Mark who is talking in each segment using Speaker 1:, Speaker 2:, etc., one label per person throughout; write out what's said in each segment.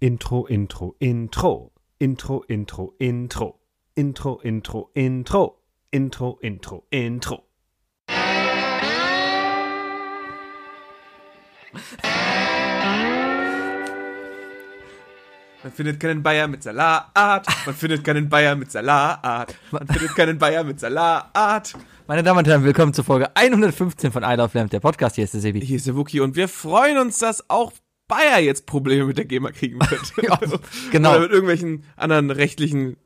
Speaker 1: Intro, Intro, Intro. Intro, Intro, Intro. Intro, Intro, Intro. Intro, Intro, Intro.
Speaker 2: Man findet keinen Bayer mit Salat. Man findet keinen Bayer mit Salat. Man findet keinen Bayer mit Salat.
Speaker 3: Meine Damen und Herren, willkommen zur Folge 115 von I Love Lamp, der Podcast. Hier ist der Sebi.
Speaker 2: Hier ist der Wookie und wir freuen uns, dass auch Bayer jetzt Probleme mit der GEMA kriegen wird.
Speaker 3: Ja, genau.
Speaker 2: Oder mit irgendwelchen anderen rechtlichen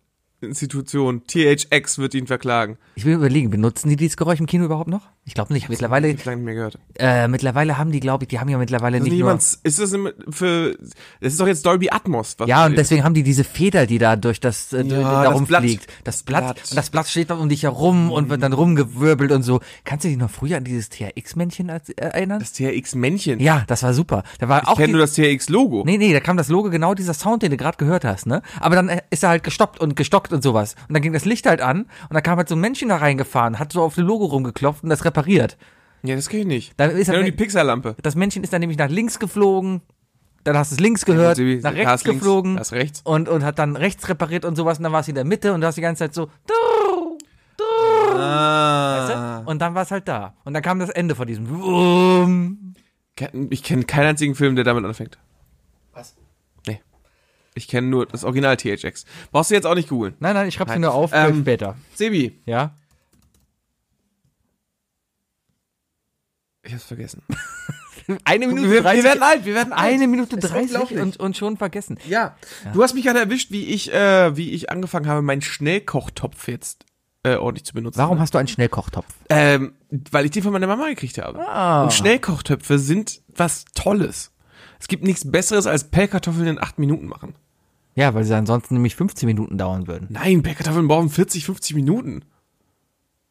Speaker 2: Institutionen. THX wird ihn verklagen.
Speaker 3: Ich will überlegen, benutzen die dieses Geräusch im Kino überhaupt noch? Ich glaube nicht. Mittlerweile,
Speaker 2: Ich hab lange nicht mehr gehört.
Speaker 3: äh, mittlerweile haben die, glaube ich, die haben ja mittlerweile
Speaker 2: Ist
Speaker 3: nicht nur...
Speaker 2: Niemand, ist das im, für, das ist doch jetzt Dolby Atmos. Was
Speaker 3: Ja, und deswegen haben die diese Feder, die da durch das, äh,
Speaker 2: Ja,
Speaker 3: da
Speaker 2: das Blatt.
Speaker 3: rumfliegt. Das Blatt.
Speaker 2: Blatt.
Speaker 3: Und das Blatt steht dann um dich herum und wird dann rumgewirbelt und so. Kannst du dich noch früher an dieses THX-Männchen als- äh, erinnern?
Speaker 2: das THX-Männchen.
Speaker 3: ja, das war super. Da war
Speaker 2: ich
Speaker 3: auch
Speaker 2: kenne
Speaker 3: die-
Speaker 2: nur das THX-Logo.
Speaker 3: Nee, nee, da kam das Logo genau dieser Sound, den du gerade gehört hast, ne? Aber dann äh, ist er halt gestoppt und gestockt und sowas. Und dann ging das Licht halt an und dann kam halt so ein Männchen da reingefahren, hat so auf das Logo rumgeklopft und das repariert.
Speaker 2: Ja, das kenne ich nicht.
Speaker 3: Dann ist
Speaker 2: ich
Speaker 3: er-
Speaker 2: kenne nur die Pixar-Lampe.
Speaker 3: Das Männchen ist dann nämlich nach links geflogen, dann hast du es links gehört,
Speaker 2: Sebi, da
Speaker 3: nach rechts
Speaker 2: ist links,
Speaker 3: geflogen
Speaker 2: da ist rechts.
Speaker 3: Und, und hat dann rechts repariert und sowas und dann war es in der Mitte und du hast die ganze Zeit so drrrr, weißt du?
Speaker 2: Ah.
Speaker 3: und dann war es halt da. Und dann kam das Ende von diesem Wurm.
Speaker 2: Ke- Ich kenne keinen einzigen Film, der damit anfängt.
Speaker 3: Was?
Speaker 2: Nee. Ich kenne nur das Original THX. Brauchst du jetzt auch nicht googeln.
Speaker 3: Nein, nein, ich schreib's mir nur auf
Speaker 2: Ähm,
Speaker 3: für später.
Speaker 2: Sebi,
Speaker 3: Ja?
Speaker 2: ich hab's vergessen.
Speaker 3: Eine
Speaker 2: Wir, wir werden alt, wir werden alt.
Speaker 3: Eine Minute
Speaker 2: Ist
Speaker 3: dreißig
Speaker 2: unglaublich.
Speaker 3: und, und schon vergessen.
Speaker 2: Ja. Du hast mich gerade erwischt, wie ich, äh, wie ich angefangen habe, meinen Schnellkochtopf jetzt äh, ordentlich zu benutzen.
Speaker 3: Warum hast du einen Schnellkochtopf?
Speaker 2: Ähm, weil ich den von meiner Mama gekriegt habe. Und Schnellkochtöpfe sind was Tolles. Es gibt nichts Besseres als Pellkartoffeln in acht Minuten machen.
Speaker 3: Ja, weil sie ansonsten nämlich 15 Minuten dauern würden.
Speaker 2: Nein, Pellkartoffeln brauchen 40, 50 Minuten.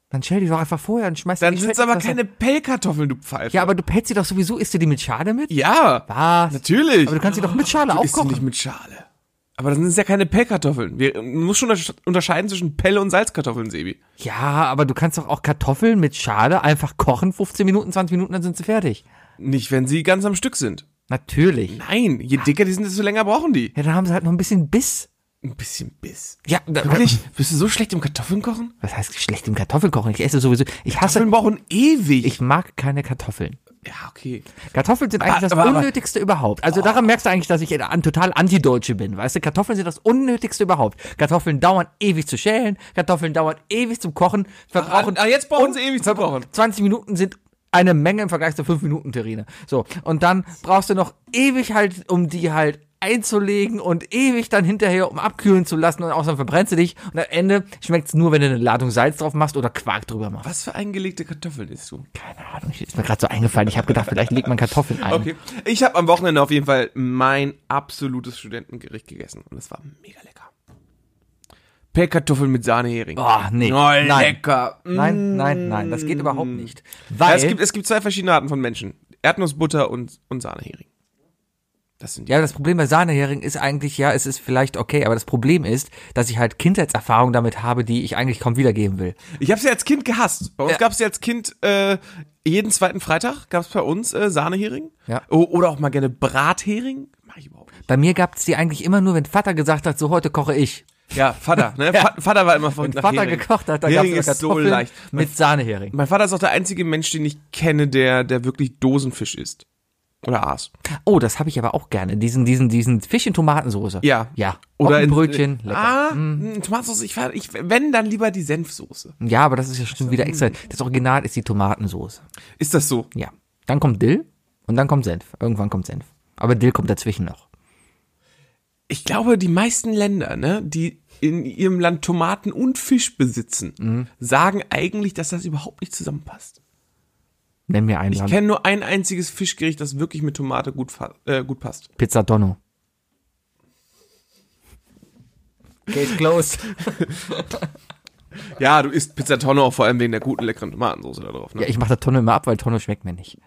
Speaker 3: Dann stell die doch einfach vorher und schmeiß
Speaker 2: Dann
Speaker 3: die
Speaker 2: sind es
Speaker 3: Fett-
Speaker 2: aber
Speaker 3: was-
Speaker 2: keine Pellkartoffeln, du Pfeife.
Speaker 3: Ja, aber du hältst sie doch sowieso, isst du die mit Schale mit?
Speaker 2: Ja,
Speaker 3: Was?
Speaker 2: natürlich.
Speaker 3: Aber du kannst sie doch mit Schale
Speaker 2: Ist sie
Speaker 3: aufkochen.
Speaker 2: nicht mit Schale. Aber das sind es ja keine Pellkartoffeln. Wir man muss schon untersch- unterscheiden zwischen Pelle- und Salzkartoffeln, Sebi.
Speaker 3: Ja, aber du kannst doch auch Kartoffeln mit Schale einfach kochen, 15 Minuten, 20 Minuten, dann sind sie fertig.
Speaker 2: Nicht, wenn sie ganz am Stück sind.
Speaker 3: Natürlich.
Speaker 2: Nein, je dicker die sind, desto länger brauchen die.
Speaker 3: Ja, dann haben sie halt noch ein bisschen Biss.
Speaker 2: Ein bisschen Biss.
Speaker 3: Ja, da-
Speaker 2: Wirklich? Bist du so schlecht im Kartoffeln kochen?
Speaker 3: Was heißt schlecht im Kartoffelkochen? Ich esse sowieso. Ich hasse.
Speaker 2: Kartoffeln brauchen ewig.
Speaker 3: Ich mag keine Kartoffeln.
Speaker 2: ja, okay.
Speaker 3: Kartoffeln sind eigentlich das
Speaker 2: aber- Oh. aber-
Speaker 3: Unnötigste überhaupt. Also daran merkst du eigentlich, dass ich ein total Antideutsche bin. Weißt du, Kartoffeln sind das Unnötigste überhaupt. Kartoffeln dauern ewig zu schälen, Kartoffeln dauern ewig zum Kochen, verbrauchen.
Speaker 2: ah, jetzt brauchen
Speaker 3: und-
Speaker 2: sie ewig zu kochen.
Speaker 3: 20 Minuten sind eine Menge im Vergleich zu 5 Minuten Terrine. So, und dann brauchst du noch ewig halt, um die halt einzulegen und ewig dann hinterher, um abkühlen zu lassen und außerdem verbrennst du dich und am Ende schmeckt es nur, wenn du eine Ladung Salz drauf machst oder Quark drüber machst.
Speaker 2: Was für eingelegte Kartoffeln isst du?
Speaker 3: Keine Ahnung, ich- ist mir gerade so eingefallen. Ich habe gedacht, vielleicht legt man Kartoffeln ein.
Speaker 2: Okay. Ich habe am Wochenende auf jeden Fall mein absolutes Studentengericht gegessen und es war mega lecker. Pellkartoffeln mit Sahnehering.
Speaker 3: Oh, nee.
Speaker 2: Oh,
Speaker 3: nein.
Speaker 2: lecker. Mm.
Speaker 3: Nein, nein, nein, das geht überhaupt nicht. Weil
Speaker 2: Ja, es, gibt, es gibt zwei verschiedene Arten von Menschen. Erdnussbutter und, und Sahnehering. Das sind die.
Speaker 3: ja, das Problem bei Sahnehering ist eigentlich, ja, es ist vielleicht okay, aber das Problem ist, dass ich halt Kindheitserfahrungen damit habe, die ich eigentlich kaum wiedergeben will.
Speaker 2: Ich habe sie als Kind gehasst. Bei uns
Speaker 3: Ja.
Speaker 2: gab's gab es als Kind äh, jeden zweiten Freitag gab es bei uns äh, Sahnehering.
Speaker 3: Ja.
Speaker 2: O oder auch mal gerne Brathering. Mach ich überhaupt nicht.
Speaker 3: Bei mir gab's die eigentlich immer nur, wenn Vater gesagt hat, so heute koche ich.
Speaker 2: Ja, Vater. Ne? Fa- Vater war immer von
Speaker 3: Wenn
Speaker 2: nach
Speaker 3: Vater
Speaker 2: Hering.
Speaker 3: gekocht hat, dann gab's
Speaker 2: Hering
Speaker 3: immer
Speaker 2: ist so
Speaker 3: Kartoffeln
Speaker 2: leicht. Mein,
Speaker 3: mit Sahnehering.
Speaker 2: mein Vater ist auch der einzige Mensch, den ich kenne, der, der wirklich Dosenfisch isst. Oder aß.
Speaker 3: Oh, das habe ich aber auch gerne. Diesen, diesen, diesen Fisch in Tomatensoße.
Speaker 2: Ja.
Speaker 3: Ja.
Speaker 2: Oder in-
Speaker 3: Brötchen. Mhm.
Speaker 2: Ah, mm. Tomatensauce. Ich, fahr- ich, wenn, dann lieber die Senfsoße.
Speaker 3: Ja, aber das ist ja
Speaker 2: Also,
Speaker 3: schon
Speaker 2: mm.
Speaker 3: wieder extra. Das Original ist die Tomatensoße.
Speaker 2: Ist das so?
Speaker 3: Ja. Dann kommt Dill und dann kommt Senf. Irgendwann kommt Senf. Aber Dill kommt dazwischen noch.
Speaker 2: Ich glaube, die meisten Länder, ne, die in ihrem Land Tomaten und Fisch besitzen, sagen eigentlich, dass das überhaupt nicht zusammenpasst.
Speaker 3: Nenn mir einen
Speaker 2: Ich
Speaker 3: Land.
Speaker 2: kenne nur ein einziges Fischgericht, das wirklich mit Tomate gut, fa- äh, gut passt.
Speaker 3: Pizza Donno. Case closed.
Speaker 2: Ja, du isst Pizza Tonne auch vor allem wegen der guten, leckeren Tomatensauce da drauf.
Speaker 3: Ja,
Speaker 2: Ne?
Speaker 3: ich mache da Tonne immer ab, weil Tonne schmeckt mir nicht.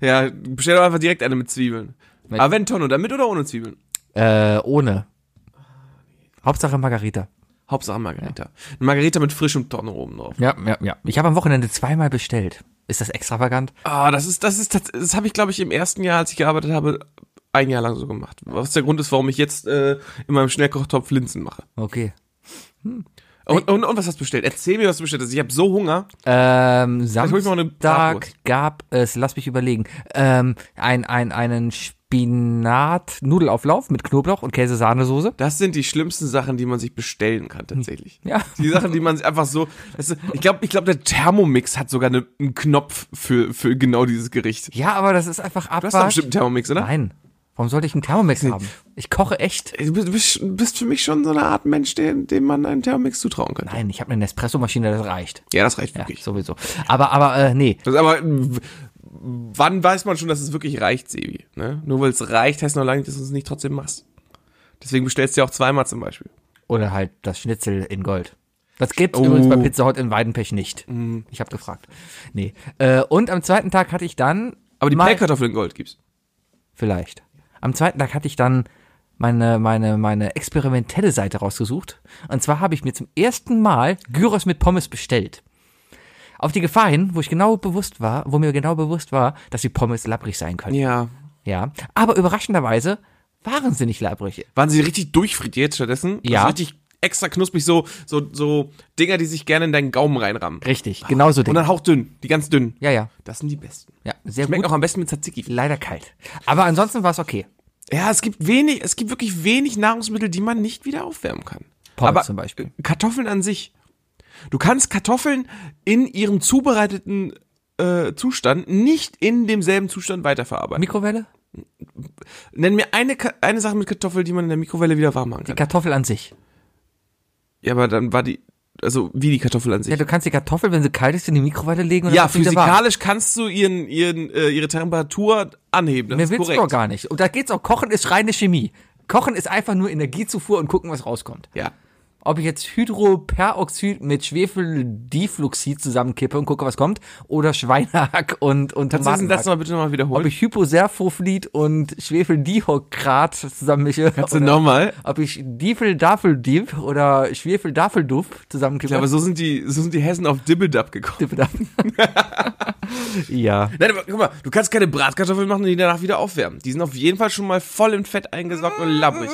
Speaker 2: Ja, bestell doch einfach direkt eine mit Zwiebeln.
Speaker 3: Mit-
Speaker 2: Aber wenn Tonne, dann mit oder ohne Zwiebeln?
Speaker 3: Äh, ohne. Hauptsache Margarita.
Speaker 2: Hauptsache Margarita. Eine Margarita mit frischem Tonne oben drauf.
Speaker 3: Ja, ja, ja. Ich habe am Wochenende zweimal bestellt. Ist das extravagant?
Speaker 2: Ah, das ist, das ist, tats- das habe ich, glaube ich, im ersten Jahr, als ich gearbeitet habe, ein Jahr lang so gemacht. Was der Grund ist, warum ich jetzt äh, in meinem Schnellkochtopf Linsen mache.
Speaker 3: Okay.
Speaker 2: Und, und, und was hast du bestellt? Erzähl mir, was du bestellt hast. Ich habe so Hunger.
Speaker 3: Ähm,
Speaker 2: hol ich mir mal eine
Speaker 3: Samstag
Speaker 2: Bratwurst.
Speaker 3: gab es, lass mich überlegen, ähm, ein, ein, einen Spinat-Nudelauflauf mit Knoblauch und Käse-Sahnesoße.
Speaker 2: Das sind die schlimmsten Sachen, die man sich bestellen kann, tatsächlich.
Speaker 3: Ja.
Speaker 2: Die Sachen, die man einfach so. Weißt du, ich glaube, ich glaub, der Thermomix hat sogar eine, einen Knopf für, für genau dieses Gericht.
Speaker 3: Ja, aber das ist einfach
Speaker 2: Du hast doch
Speaker 3: Abwasch.
Speaker 2: bestimmt ne? einen Thermomix, oder?
Speaker 3: Nein. Warum sollte ich einen Thermomix haben? Ich koche echt.
Speaker 2: Du bist- du bist, du bist für mich schon so eine Art Mensch, dem, dem man einen Thermomix zutrauen könnte.
Speaker 3: Nein, ich habe eine Nespresso-Maschine, das reicht.
Speaker 2: Ja, das reicht
Speaker 3: Ja,
Speaker 2: wirklich.
Speaker 3: sowieso. Aber, aber, äh, nee.
Speaker 2: Das, aber w- wann weiß man schon, dass es wirklich reicht, Sebi? Ne? Nur weil es reicht, heißt noch lange nicht, dass du es nicht trotzdem machst. Deswegen bestellst du ja auch zweimal zum Beispiel.
Speaker 3: Oder halt das Schnitzel in Gold. Das gibt's
Speaker 2: Oh. Mhm.
Speaker 3: übrigens bei Pizza Hut in Weidenpech nicht. Ich habe gefragt. Nee. Äh, und am zweiten Tag hatte ich dann.
Speaker 2: Aber die
Speaker 3: mein-
Speaker 2: Pellkartoffeln in Gold gibt's.
Speaker 3: Vielleicht. Am zweiten Tag hatte ich dann meine, meine, meine experimentelle Seite rausgesucht. Und zwar habe ich mir zum ersten Mal Gyros mit Pommes bestellt. Auf die Gefahr hin, wo ich genau bewusst war, wo mir genau bewusst war, dass die Pommes labbrig sein können.
Speaker 2: Ja.
Speaker 3: Ja. Aber überraschenderweise waren sie nicht labbrig.
Speaker 2: Waren sie richtig durchfrittiert stattdessen?
Speaker 3: Ja.
Speaker 2: Also richtig extra knusprig, so, so, so Dinger, die sich gerne in deinen Gaumen reinrammen.
Speaker 3: Richtig, genau so
Speaker 2: Und
Speaker 3: Dinge.
Speaker 2: dann hauchdünn, die ganz dünnen.
Speaker 3: Ja, ja.
Speaker 2: Das sind die besten.
Speaker 3: Ja, sehr
Speaker 2: Schmecken
Speaker 3: gut.
Speaker 2: auch am besten mit Tzatziki.
Speaker 3: Leider kalt. Aber ansonsten war es okay.
Speaker 2: Ja, es gibt wenig, es gibt wirklich wenig Nahrungsmittel, die man nicht wieder aufwärmen kann.
Speaker 3: Pommes
Speaker 2: Aber äh,
Speaker 3: zum Beispiel.
Speaker 2: Kartoffeln an sich. Du kannst Kartoffeln in ihrem zubereiteten äh, Zustand nicht in demselben Zustand weiterverarbeiten.
Speaker 3: Mikrowelle?
Speaker 2: Nenn mir eine, Ka- eine Sache mit Kartoffel, die man in der Mikrowelle wieder warm machen
Speaker 3: Die
Speaker 2: kann.
Speaker 3: Kartoffel an sich.
Speaker 2: Ja, aber dann war die, also wie die Kartoffel an sich.
Speaker 3: Ja, du kannst die Kartoffel, wenn sie kalt ist, in die Mikrowelle legen und
Speaker 2: Ja,
Speaker 3: ist sie wieder warm.
Speaker 2: physikalisch kannst du ihren, ihren, äh, ihre Temperatur anheben. Das
Speaker 3: Mehr
Speaker 2: ist
Speaker 3: willst du doch
Speaker 2: korrekt.
Speaker 3: gar nicht. Und da geht's auch. Kochen ist reine Chemie. Kochen ist einfach nur Energiezufuhr und gucken, was rauskommt.
Speaker 2: Ja.
Speaker 3: Ob ich jetzt Hydroperoxid mit Schwefeldifluxid zusammenkippe und gucke, was kommt, oder Schweinehack und, und
Speaker 2: Kannst du diesen Satz
Speaker 3: Tomaten.
Speaker 2: mal bitte nochmal
Speaker 3: Ob
Speaker 2: wiederholen?
Speaker 3: ich Hyposerfoflied und Schwefeldihokrat zusammenmische.
Speaker 2: Kannst du
Speaker 3: oder
Speaker 2: nochmal?
Speaker 3: Ob ich Diefeldafeldieb oder Schwefeldafelduff zusammenkippe.
Speaker 2: Ja, aber so sind die, so sind die Hessen auf Dibbedab gekommen.
Speaker 3: ja.
Speaker 2: Nein, aber guck mal, du kannst keine Bratkartoffeln machen und die danach wieder aufwärmen. Die sind auf jeden Fall schon mal voll im Fett eingesaugt und labbrig.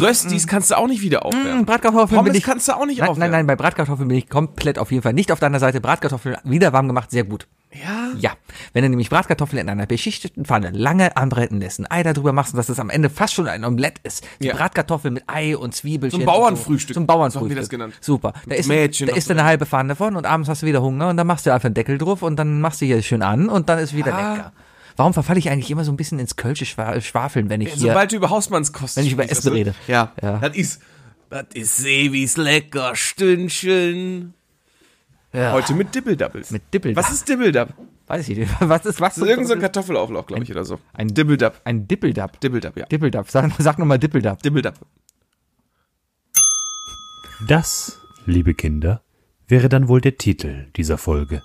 Speaker 2: Röstis kannst du auch nicht wieder aufwärmen.
Speaker 3: Bratkartoffeln bin
Speaker 2: Pommes
Speaker 3: ich-
Speaker 2: kannst du auch nicht
Speaker 3: Nein, nein,
Speaker 2: aufwärmen.
Speaker 3: nein, bei Bratkartoffeln bin ich komplett auf jeden Fall nicht auf deiner Seite. Bratkartoffeln wieder warm gemacht, sehr gut.
Speaker 2: Ja.
Speaker 3: Ja, wenn du nämlich Bratkartoffeln in einer beschichteten Pfanne lange anbrennen lässt, ein Ei darüber machst und dass es am Ende fast schon ein Omelett ist. Die
Speaker 2: Ja.
Speaker 3: Bratkartoffeln mit Ei und Zwiebeln.
Speaker 2: So ein Bauernfrühstück.
Speaker 3: So ein
Speaker 2: So haben
Speaker 3: Bauernfrühstück.
Speaker 2: wir das genannt.
Speaker 3: Super. Da ist,
Speaker 2: Mädchen
Speaker 3: da
Speaker 2: noch
Speaker 3: ist dann eine halbe Pfanne von und abends hast du wieder Hunger und dann machst du einfach einen Deckel drauf und dann machst du hier schön an und dann ist wieder
Speaker 2: Ah.
Speaker 3: lecker. Warum verfalle ich eigentlich immer so ein bisschen ins Kölsche Schwa- Schwafeln, wenn ich hier...
Speaker 2: Sobald du über Hausmannskost
Speaker 3: Wenn ich über
Speaker 2: sprichst,
Speaker 3: Essen
Speaker 2: weißt du?
Speaker 3: rede.
Speaker 2: Ja.
Speaker 3: Ja.
Speaker 2: Das ist, das ist Sebis lecker Stündchen.
Speaker 3: Ja.
Speaker 2: Heute mit Dibbeldubbles.
Speaker 3: Mit Dibbeldab.
Speaker 2: Was ist Dibbeldub?
Speaker 3: Weiß ich nicht. Was ist was?
Speaker 2: Das ist irgendein so ein Kartoffelauflauf, glaube ich, oder so.
Speaker 3: ein-
Speaker 2: Dibbeldab.
Speaker 3: ein Dippeldab.
Speaker 2: Dibbeldab, ja.
Speaker 3: Dippeldab. Sag, sag nochmal Dippeldab.
Speaker 2: Dibbeldab.
Speaker 1: Das, liebe Kinder, wäre dann wohl der Titel dieser Folge.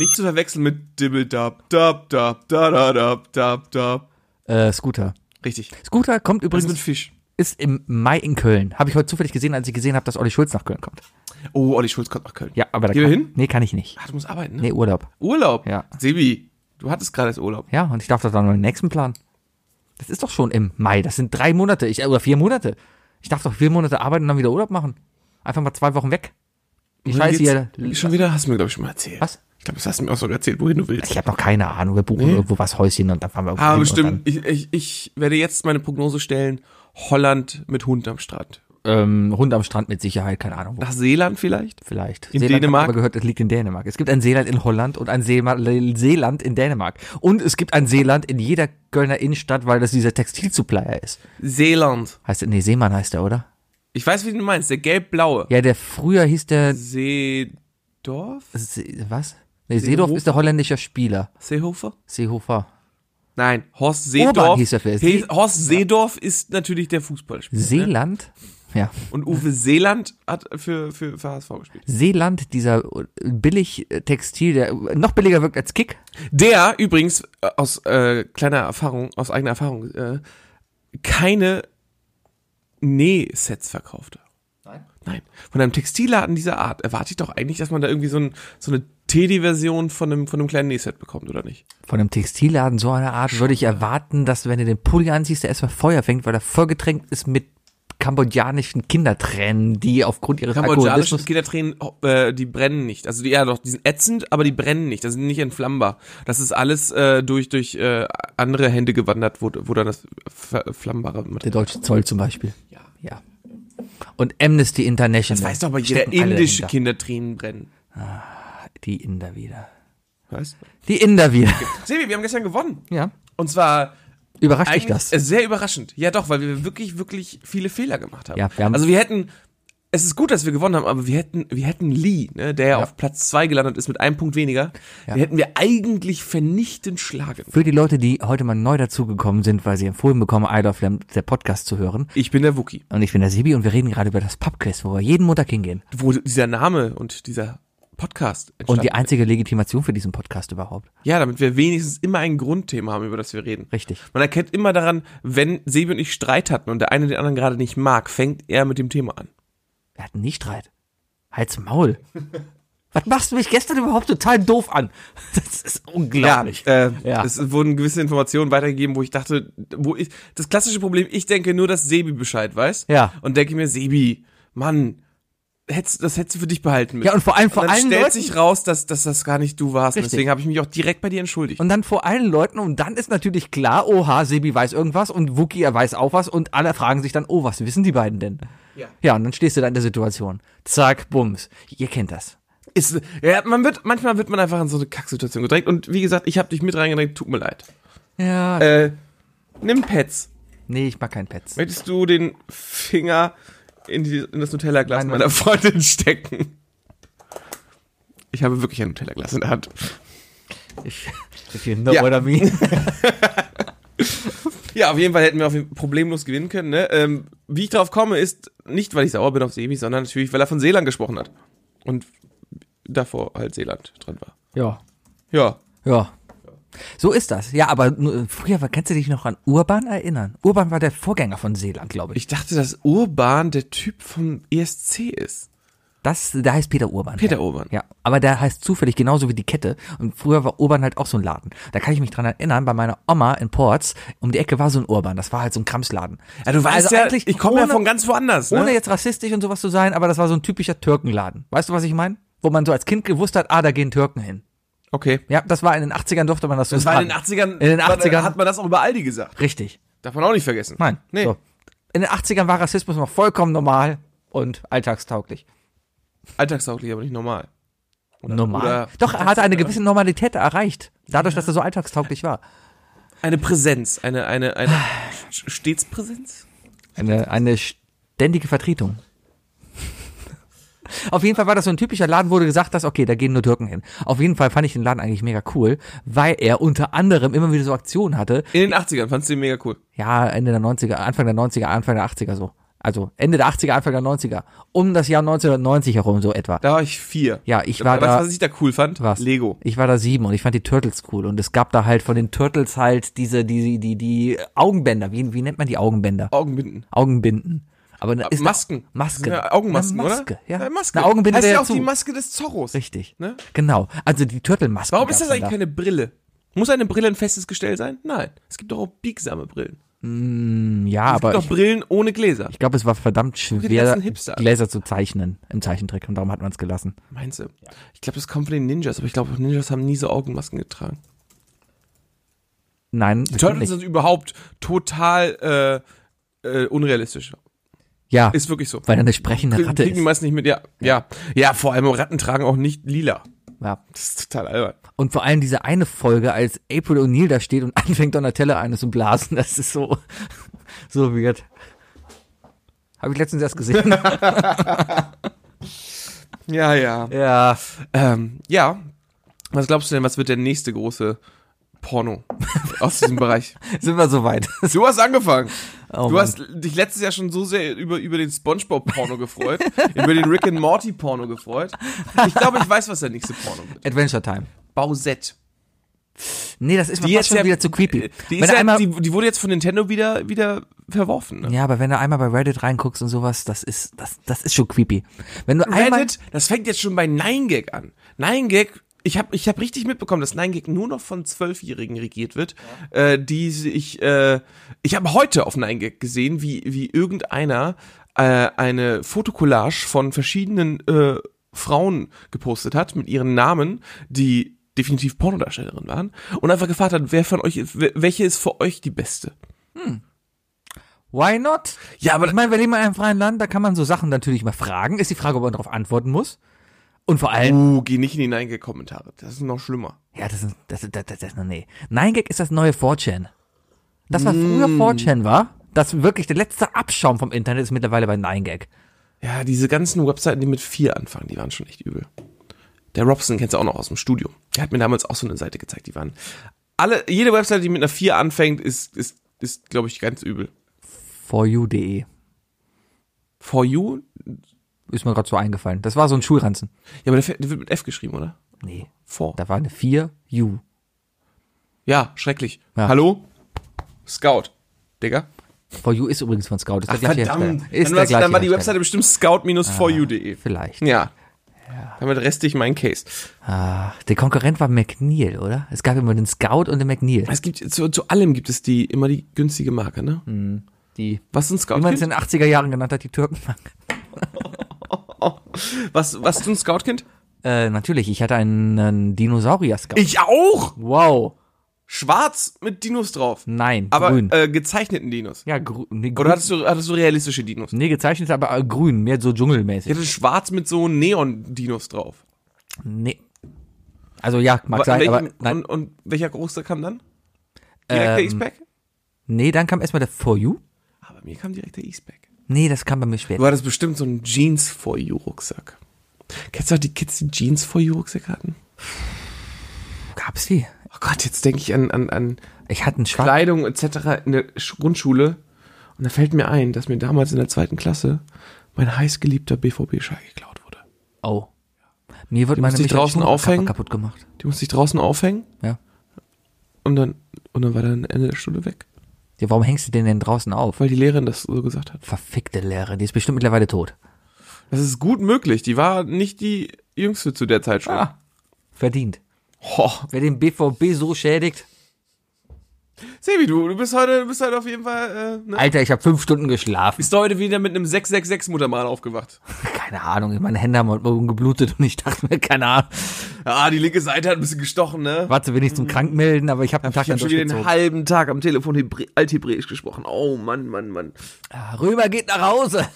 Speaker 2: Nicht zu verwechseln mit Dibbeldab, dab, dab, da, da, dab, dab, dab.
Speaker 3: Äh, Scooter.
Speaker 2: Richtig.
Speaker 3: Scooter kommt
Speaker 2: Das
Speaker 3: übrigens
Speaker 2: ist mit Fisch.
Speaker 3: ist im Mai in Köln. Habe ich heute zufällig gesehen, als ich gesehen habe, dass Olli Schulz nach Köln kommt.
Speaker 2: Oh, Olli Schulz kommt nach Köln.
Speaker 3: Ja, aber da
Speaker 2: Geh
Speaker 3: kann,
Speaker 2: mal hin?
Speaker 3: Nee, kann ich nicht.
Speaker 2: Ah, du musst arbeiten, ne?
Speaker 3: Nee, Urlaub.
Speaker 2: Urlaub.
Speaker 3: Ja.
Speaker 2: Sebi, du hattest gerade jetzt Urlaub.
Speaker 3: Ja, und ich darf doch dann noch den nächsten Plan. Das ist doch schon im Mai. Das sind drei Monate. Ich, äh, oder vier Monate. Ich darf doch vier Monate arbeiten und dann wieder Urlaub machen. Einfach mal zwei Wochen weg. Die
Speaker 2: Wohin
Speaker 3: Scheiße hier.
Speaker 2: geht's? Schon wieder hast du mir, glaube ich, schon mal erzählt.
Speaker 3: Was?
Speaker 2: Ich glaube, das hast du mir auch sogar erzählt, wohin du willst.
Speaker 3: Ich habe noch keine Ahnung. Wir buchen irgendwo was Häuschen und dann fahren wir irgendwo
Speaker 2: ah,
Speaker 3: hin und
Speaker 2: bestimmt. Ich, ich, ich werde jetzt meine Prognose stellen. Holland mit Hund am Strand.
Speaker 3: Dann, ähm, Hund am Strand mit Sicherheit. Keine Ahnung. wo.
Speaker 2: Nach Seeland vielleicht?
Speaker 3: Vielleicht.
Speaker 2: In
Speaker 3: Seeland hab ich
Speaker 2: Dänemark?
Speaker 3: Aber gehört, es liegt in Dänemark. Es gibt ein Seeland in Holland und ein Seema- Seeland in Dänemark. Und es gibt ein Seeland in jeder Kölner Innenstadt, weil das dieser Textilsupplier ist.
Speaker 2: Seeland.
Speaker 3: Heißt der, nee, Seemann heißt der, oder?
Speaker 2: Ich weiß, wie du meinst. Der gelb-blaue.
Speaker 3: Ja, der früher hieß der,
Speaker 2: Seedorf?
Speaker 3: Se- was? Nee, Seedorf
Speaker 2: Seehofer?
Speaker 3: ist der holländischer Spieler.
Speaker 2: Seehofer?
Speaker 3: Seehofer.
Speaker 2: Nein, Horst Seedorf.
Speaker 3: Urban hieß er für-
Speaker 2: He- Horst Seedorf ist natürlich der Fußballspieler. Ne?
Speaker 3: Seeland? Ja.
Speaker 2: Und Uwe Seeland hat für, für, für HSV gespielt.
Speaker 3: Seeland, dieser billig Textil, der noch billiger wirkt als Kick.
Speaker 2: Der übrigens äh, aus äh, kleiner Erfahrung, aus eigener Erfahrung, äh, keine Nähsets verkaufte.
Speaker 3: Nein.
Speaker 2: Nein. Von einem Textilladen dieser Art erwarte ich doch eigentlich, dass man da irgendwie so, ein, so eine Teddy-Version von einem, von einem kleinen Nähset bekommt, oder nicht?
Speaker 3: Von einem Textilladen so einer Art würde ich erwarten, dass wenn du den Pulli anziehst, der erstmal Feuer fängt, weil er vollgetränkt ist mit kambodschanischen Kindertränen, die aufgrund ihres
Speaker 2: Kambodschanisch
Speaker 3: Alkoholismus...
Speaker 2: Kindertränen, äh, die brennen nicht. Also die, ja doch, die sind ätzend, aber die brennen nicht. Das sind nicht entflammbar. Das ist alles äh, durch durch äh, andere Hände gewandert, wo, wo dann das ver- flammbare
Speaker 3: Der
Speaker 2: Material.
Speaker 3: deutsche Zoll zum Beispiel. Ja. ja. Und Amnesty International.
Speaker 2: Das weiß doch aber jeder
Speaker 3: Stecken alle
Speaker 2: indische
Speaker 3: dahinter.
Speaker 2: Kindertränen brennen.
Speaker 3: Die Inder wieder.
Speaker 2: Was?
Speaker 3: Die Inder wieder.
Speaker 2: Sebi, wir haben gestern gewonnen.
Speaker 3: Ja.
Speaker 2: Und zwar
Speaker 3: Überrascht dich
Speaker 2: eigentlich
Speaker 3: das?
Speaker 2: äh, sehr überraschend. Ja doch, weil wir wirklich wirklich viele Fehler gemacht haben.
Speaker 3: Ja, wir haben-
Speaker 2: also wir hätten es ist gut, dass wir gewonnen haben, aber wir hätten, wir hätten Lee, ne, der ja. auf Platz zwei gelandet ist mit einem Punkt weniger,
Speaker 3: Ja.
Speaker 2: den hätten wir eigentlich vernichtend schlagen.
Speaker 3: Für die Leute, die heute mal neu dazugekommen sind, weil sie empfohlen bekommen, I Love Lamp, der Podcast zu hören.
Speaker 2: Ich bin der Wookie.
Speaker 3: Und ich bin der Sebi und wir reden gerade über das Pubquiz, wo wir jeden Montag hingehen.
Speaker 2: wo dieser Name und dieser Podcast
Speaker 3: Und die
Speaker 2: entstanden.
Speaker 3: einzige Legitimation für diesen Podcast überhaupt.
Speaker 2: ja, damit wir wenigstens immer ein Grundthema haben, über das wir reden.
Speaker 3: Richtig.
Speaker 2: Man erkennt immer daran, wenn Sebi und ich Streit hatten und der eine den anderen gerade nicht mag, fängt er mit dem Thema an.
Speaker 3: Wir hatten nie Streit. Halt's Maul. Was machst du mich gestern überhaupt total doof an? Das ist unglaublich.
Speaker 2: äh,
Speaker 3: Ja.
Speaker 2: Es wurden gewisse Informationen weitergegeben, wo ich dachte, wo ich, das klassische Problem, ich denke nur, dass Sebi Bescheid weiß.
Speaker 3: Ja.
Speaker 2: Und denke mir, Sebi, Mann, hättest, das hättest du für dich behalten müssen.
Speaker 3: Ja, und vor allem vor
Speaker 2: dann
Speaker 3: allen
Speaker 2: stellt
Speaker 3: Leuten.
Speaker 2: sich raus, dass, dass das gar nicht du warst. Und
Speaker 3: Richtig.
Speaker 2: Deswegen habe ich mich auch direkt bei dir entschuldigt.
Speaker 3: und dann vor allen Leuten und dann ist natürlich klar, oha, Sebi weiß irgendwas und Wookie, er weiß auch was und alle fragen sich dann, oh, was wissen die beiden denn?
Speaker 2: Ja.
Speaker 3: Ja, und dann stehst du da in der Situation. Zack, bums. Ihr kennt das.
Speaker 2: ist, ja, man wird, manchmal wird man einfach in so eine Kacksituation gedrängt. Und wie gesagt, ich habe dich mit reingedrängt, tut mir leid.
Speaker 3: Ja.
Speaker 2: Äh, nimm Pets.
Speaker 3: nee, ich mag kein Pets.
Speaker 2: Möchtest du den Finger in, die, in das Nutella-Glas
Speaker 3: Nein,
Speaker 2: meiner Freundin stecken? Ich habe wirklich ein Nutella-Glas in der Hand.
Speaker 3: Ich, if you know
Speaker 2: Ja.
Speaker 3: what I mean.
Speaker 2: Ja, auf jeden Fall hätten wir auf jeden Fall problemlos gewinnen können. Ne? Ähm, wie ich drauf komme, ist nicht, weil ich sauer bin auf Sebi, sondern natürlich, weil er von Seeland gesprochen hat. Und davor halt Seeland dran war.
Speaker 3: Ja.
Speaker 2: Ja,
Speaker 3: Ja. So ist das. Ja, aber nur- früher war, kannst du dich noch an Urban erinnern? Urban war der Vorgänger von Seeland, glaube ich.
Speaker 2: ich dachte, dass Urban der Typ vom ESC ist.
Speaker 3: Das, der heißt Peter Urban.
Speaker 2: Peter
Speaker 3: ja.
Speaker 2: Urban.
Speaker 3: Ja, aber der heißt zufällig genauso wie die Kette. Und früher war Urban halt auch so ein Laden. Da kann ich mich dran erinnern, bei meiner Oma in Ports, um die Ecke war so ein Urban. Das war halt so ein Kramsladen.
Speaker 2: Ja, du weißt
Speaker 3: Also
Speaker 2: ja,
Speaker 3: eigentlich
Speaker 2: ich komme ja
Speaker 3: ohne-
Speaker 2: von ganz woanders. Ne?
Speaker 3: Ohne jetzt rassistisch und sowas zu sein, aber das war so ein typischer Türkenladen. Weißt du, was ich meine? Wo man so als Kind gewusst hat, ah, da gehen Türken hin.
Speaker 2: okay.
Speaker 3: Ja, das war in den 80ern durfte man das so
Speaker 2: Das war in den
Speaker 3: sagen.
Speaker 2: 80ern,
Speaker 3: In den
Speaker 2: war-
Speaker 3: 80ern.
Speaker 2: hat man das auch über Aldi gesagt.
Speaker 3: Richtig.
Speaker 2: Darf man auch nicht vergessen.
Speaker 3: Nein.
Speaker 2: Nee.
Speaker 3: So. In den 80ern war Rassismus noch vollkommen normal und alltagstauglich.
Speaker 2: Alltagstauglich, aber nicht normal.
Speaker 3: normal.
Speaker 2: oder-
Speaker 3: Doch, er hatte eine gewisse Normalität erreicht. Dadurch, dass er so alltagstauglich war.
Speaker 2: Eine Präsenz, eine, eine, eine
Speaker 3: Ah.
Speaker 2: sch- stets Präsenz?
Speaker 3: Eine, eine ständige Vertretung. Auf jeden Fall war das so ein typischer Laden, wo du gesagt hast, okay, da gehen nur Türken hin. Auf jeden Fall fand ich den Laden eigentlich mega cool, weil er unter anderem immer wieder so Aktionen hatte.
Speaker 2: In den 80ern, fandst du den mega cool.
Speaker 3: Ja, Ende der 90er, Anfang der 90er, Anfang der 80er so. Also Ende der 80er, Anfang der 90er. Um das Jahr 1990 herum so etwa.
Speaker 2: Da war ich vier.
Speaker 3: Ja, ich war
Speaker 2: weißt,
Speaker 3: da-
Speaker 2: du, was ich da cool fand?
Speaker 3: Was?
Speaker 2: Lego.
Speaker 3: Ich war da sieben und ich fand die Turtles cool. Und es gab da halt von den Turtles halt diese, die, die, die Augenbänder. Wie, wie nennt man die Augenbänder?
Speaker 2: Augenbinden.
Speaker 3: Augenbinden. Aber ne- ist
Speaker 2: Äh, Masken.
Speaker 3: Eine Maske.
Speaker 2: Das sind Ja, Augenmasken,
Speaker 3: eine Maske,
Speaker 2: oder?
Speaker 3: Ja.
Speaker 2: Maske.
Speaker 3: Eine Augenbinde
Speaker 2: heißt
Speaker 3: wäre
Speaker 2: ja auch
Speaker 3: zu.
Speaker 2: die Maske des Zorros.
Speaker 3: Richtig.
Speaker 2: Ne?
Speaker 3: Genau. Also die Turtelmaske.
Speaker 2: Warum ist das eigentlich keine Brille? Muss eine Brille ein festes Gestell sein? Nein. Es gibt doch auch biegsame Brillen.
Speaker 3: Ja,
Speaker 2: Es
Speaker 3: aber
Speaker 2: gibt
Speaker 3: ich,
Speaker 2: doch Brillen ohne Gläser.
Speaker 3: ich glaube, es war verdammt
Speaker 2: die
Speaker 3: schwer,
Speaker 2: ganzen Hipster an.
Speaker 3: Gläser zu zeichnen im Zeichentrick. Und darum hat man es gelassen.
Speaker 2: Meinst du? Ich glaube, das kommt von den Ninjas, aber ich glaube, Ninjas haben nie so Augenmasken getragen.
Speaker 3: Nein,
Speaker 2: Turtles
Speaker 3: nicht.
Speaker 2: sind überhaupt total äh, äh, unrealistisch.
Speaker 3: ja,
Speaker 2: Ist wirklich so.
Speaker 3: weil er eine sprechende
Speaker 2: Kriegen
Speaker 3: Ratte
Speaker 2: die
Speaker 3: ist.
Speaker 2: meisten nicht mit, ja, ja. Ja, vor allem Ratten tragen auch nicht lila.
Speaker 3: Ja.
Speaker 2: Das ist total albern.
Speaker 3: Und vor allem diese eine Folge, als April O'Neil da steht und anfängt Donatella eine zu blasen, das ist so, so weird. Habe ich letztens erst gesehen.
Speaker 2: Ja, ja.
Speaker 3: ja.
Speaker 2: Ähm, ja. Was glaubst du denn, was wird der nächste große Porno aus diesem Bereich?
Speaker 3: Sind wir soweit.
Speaker 2: Du hast angefangen.
Speaker 3: Oh
Speaker 2: du
Speaker 3: Mann.
Speaker 2: hast dich letztes Jahr schon so sehr über, über den Spongebob-Porno gefreut, über den Rick and Morty-Porno gefreut. Ich glaube, ich weiß, was der nächste Porno wird.
Speaker 3: Adventure Time.
Speaker 2: Bausett.
Speaker 3: Nee, das ist mir
Speaker 2: Die
Speaker 3: fast
Speaker 2: jetzt
Speaker 3: schon
Speaker 2: ja,
Speaker 3: wieder zu creepy.
Speaker 2: Die,
Speaker 3: wenn
Speaker 2: ist
Speaker 3: du
Speaker 2: ja,
Speaker 3: einmal,
Speaker 2: die, die wurde jetzt von Nintendo wieder, wieder verworfen. Ne?
Speaker 3: ja, aber wenn du einmal bei Reddit reinguckst und sowas, das ist, das, das ist schon creepy. Wenn du einmal,
Speaker 2: Reddit, das fängt jetzt schon bei 9gag an. 9gag, ich habe ich hab richtig mitbekommen, dass 9gag nur noch von Zwölfjährigen regiert wird. Äh, die sich, äh, ich habe heute auf 9gag gesehen, wie, wie irgendeiner äh, eine Fotokollage von verschiedenen äh, Frauen gepostet hat mit ihren Namen, die definitiv Pornodarstellerin waren und einfach gefragt hat, wer von euch, ist- wel- welche ist für euch die beste?
Speaker 3: why not?
Speaker 2: Ja, aber
Speaker 3: ich meine, wir leben in einem freien Land, da kann man so Sachen natürlich mal fragen. Ist die Frage, ob man darauf antworten muss. Und vor allem,
Speaker 2: Uh, geh nicht in die 9gag-Kommentare, das ist noch schlimmer.
Speaker 3: Ja, das ist, das, das, das, das, nee. Nein Gag ist das neue 4chan. Das, was früher
Speaker 2: Mm.
Speaker 3: 4chan war, das wirklich der letzte Abschaum vom Internet ist mittlerweile bei Nein Gag.
Speaker 2: Ja, diese ganzen Webseiten, die mit vier anfangen, die waren schon echt übel. Der Robson kennst du auch noch aus dem Studio. Der hat mir damals auch so eine Seite gezeigt, die waren. Alle, jede Webseite, die mit einer vier anfängt, ist, ist, ist, glaube ich, ganz übel.
Speaker 3: foryou.de
Speaker 2: For you?
Speaker 3: e. ist mir gerade so eingefallen. Das war so ein Schulranzen.
Speaker 2: Ja, aber der, F- der wird mit F geschrieben, oder?
Speaker 3: Nee,
Speaker 2: For.
Speaker 3: da war eine 4U.
Speaker 2: Ja, schrecklich.
Speaker 3: Ja.
Speaker 2: Hallo? Scout. Digga.
Speaker 3: For you ist übrigens von Scout. Ist der
Speaker 2: Ach,
Speaker 3: gleiche
Speaker 2: verdammt. dann,
Speaker 3: Hersteller. Ist der
Speaker 2: war's-
Speaker 3: gleiche
Speaker 2: dann war die
Speaker 3: Hersteller.
Speaker 2: Webseite bestimmt scout-foryou.de.
Speaker 3: Vielleicht.
Speaker 2: Ja. Damit reste ich meinen Case.
Speaker 3: Ah, der Konkurrent war McNeil, oder? Es gab immer den Scout und den McNeil.
Speaker 2: Es gibt, zu, zu allem gibt es die, immer die günstige Marke, ne?
Speaker 3: Hm. Die,
Speaker 2: Was ist ein Scout?
Speaker 3: wie man es in den 80er Jahren genannt hat, die Türken.
Speaker 2: Was, was ist ein Scoutkind?
Speaker 3: äh, natürlich, ich hatte einen, einen Dinosaurier-Scout.
Speaker 2: Ich auch!
Speaker 3: Wow.
Speaker 2: Schwarz mit Dinos drauf.
Speaker 3: Nein,
Speaker 2: Aber
Speaker 3: grün.
Speaker 2: äh, gezeichneten Dinos.
Speaker 3: Ja, grün. Nee, grün.
Speaker 2: Oder hattest du, hattest du realistische Dinos?
Speaker 3: nee, gezeichnet, aber äh, grün, mehr so
Speaker 2: Ich
Speaker 3: dschungelmäßig.
Speaker 2: hatte schwarz mit so Neon-Dinos drauf.
Speaker 3: Nee. Also ja, mag
Speaker 2: Wa-
Speaker 3: sein,
Speaker 2: Genau. welchen-
Speaker 3: aber nein.
Speaker 2: und, und welcher Großteil kam dann? Direkt der Eastpack?
Speaker 3: Nee, dann kam erstmal der For You.
Speaker 2: Ah, bei mir kam direkt der Eastpack.
Speaker 3: Nee, das kam bei mir später.
Speaker 2: Du hattest bestimmt so einen Jeans-for-You-Rucksack. Kennst du auch die Kids, die Jeans-for-You-Rucksack hatten?
Speaker 3: Gab's die?
Speaker 2: Oh Gott, jetzt denke ich an, an, an
Speaker 3: Ich hatte einen schwarzen.
Speaker 2: Kleidung etc. in der Sch- Grundschule. Und da fällt mir ein, dass mir damals in der zweiten Klasse mein heißgeliebter BVB-Schal geklaut wurde.
Speaker 3: Oh. Mir wird meine
Speaker 2: musst dich
Speaker 3: Michael
Speaker 2: draußen
Speaker 3: Schumacher
Speaker 2: aufhängen?
Speaker 3: kaputt gemacht.
Speaker 2: Die musste ich draußen aufhängen
Speaker 3: Ja.
Speaker 2: und dann, und dann war dann Ende der Stunde weg.
Speaker 3: ja. Warum hängst du den denn draußen auf?
Speaker 2: Weil die Lehrerin das so gesagt hat.
Speaker 3: Verfickte Lehre, die ist bestimmt mittlerweile tot.
Speaker 2: Das ist gut möglich. Die war nicht die jüngste zu der Zeit schon.
Speaker 3: Ah. Verdient.
Speaker 2: Ho.
Speaker 3: Wer den BVB so schädigt.
Speaker 2: Sebi, du, du bist heute, du bist heute auf jeden Fall, äh, ne?
Speaker 3: Alter, ich habe fünf Stunden geschlafen.
Speaker 2: Bist du heute wieder mit einem 666-Muttermal aufgewacht?
Speaker 3: Keine Ahnung, meine Hände haben heute Morgen geblutet und ich dachte mir, keine Ahnung.
Speaker 2: Ah, die linke Seite hat ein bisschen gestochen, ne?
Speaker 3: War zu wenig zum Krankmelden, aber ich habe den Tag
Speaker 2: Ich
Speaker 3: dann
Speaker 2: habe schon wieder
Speaker 3: durchgezogen.
Speaker 2: den halben Tag am Telefon Hebrä althebräisch gesprochen. Oh, Mann, Mann, Mann.
Speaker 3: Römer geht nach Hause.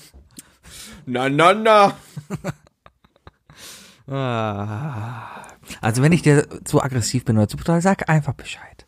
Speaker 2: Na, na, na.
Speaker 3: Also wenn ich dir zu aggressiv bin oder zu brutal, sag einfach Bescheid.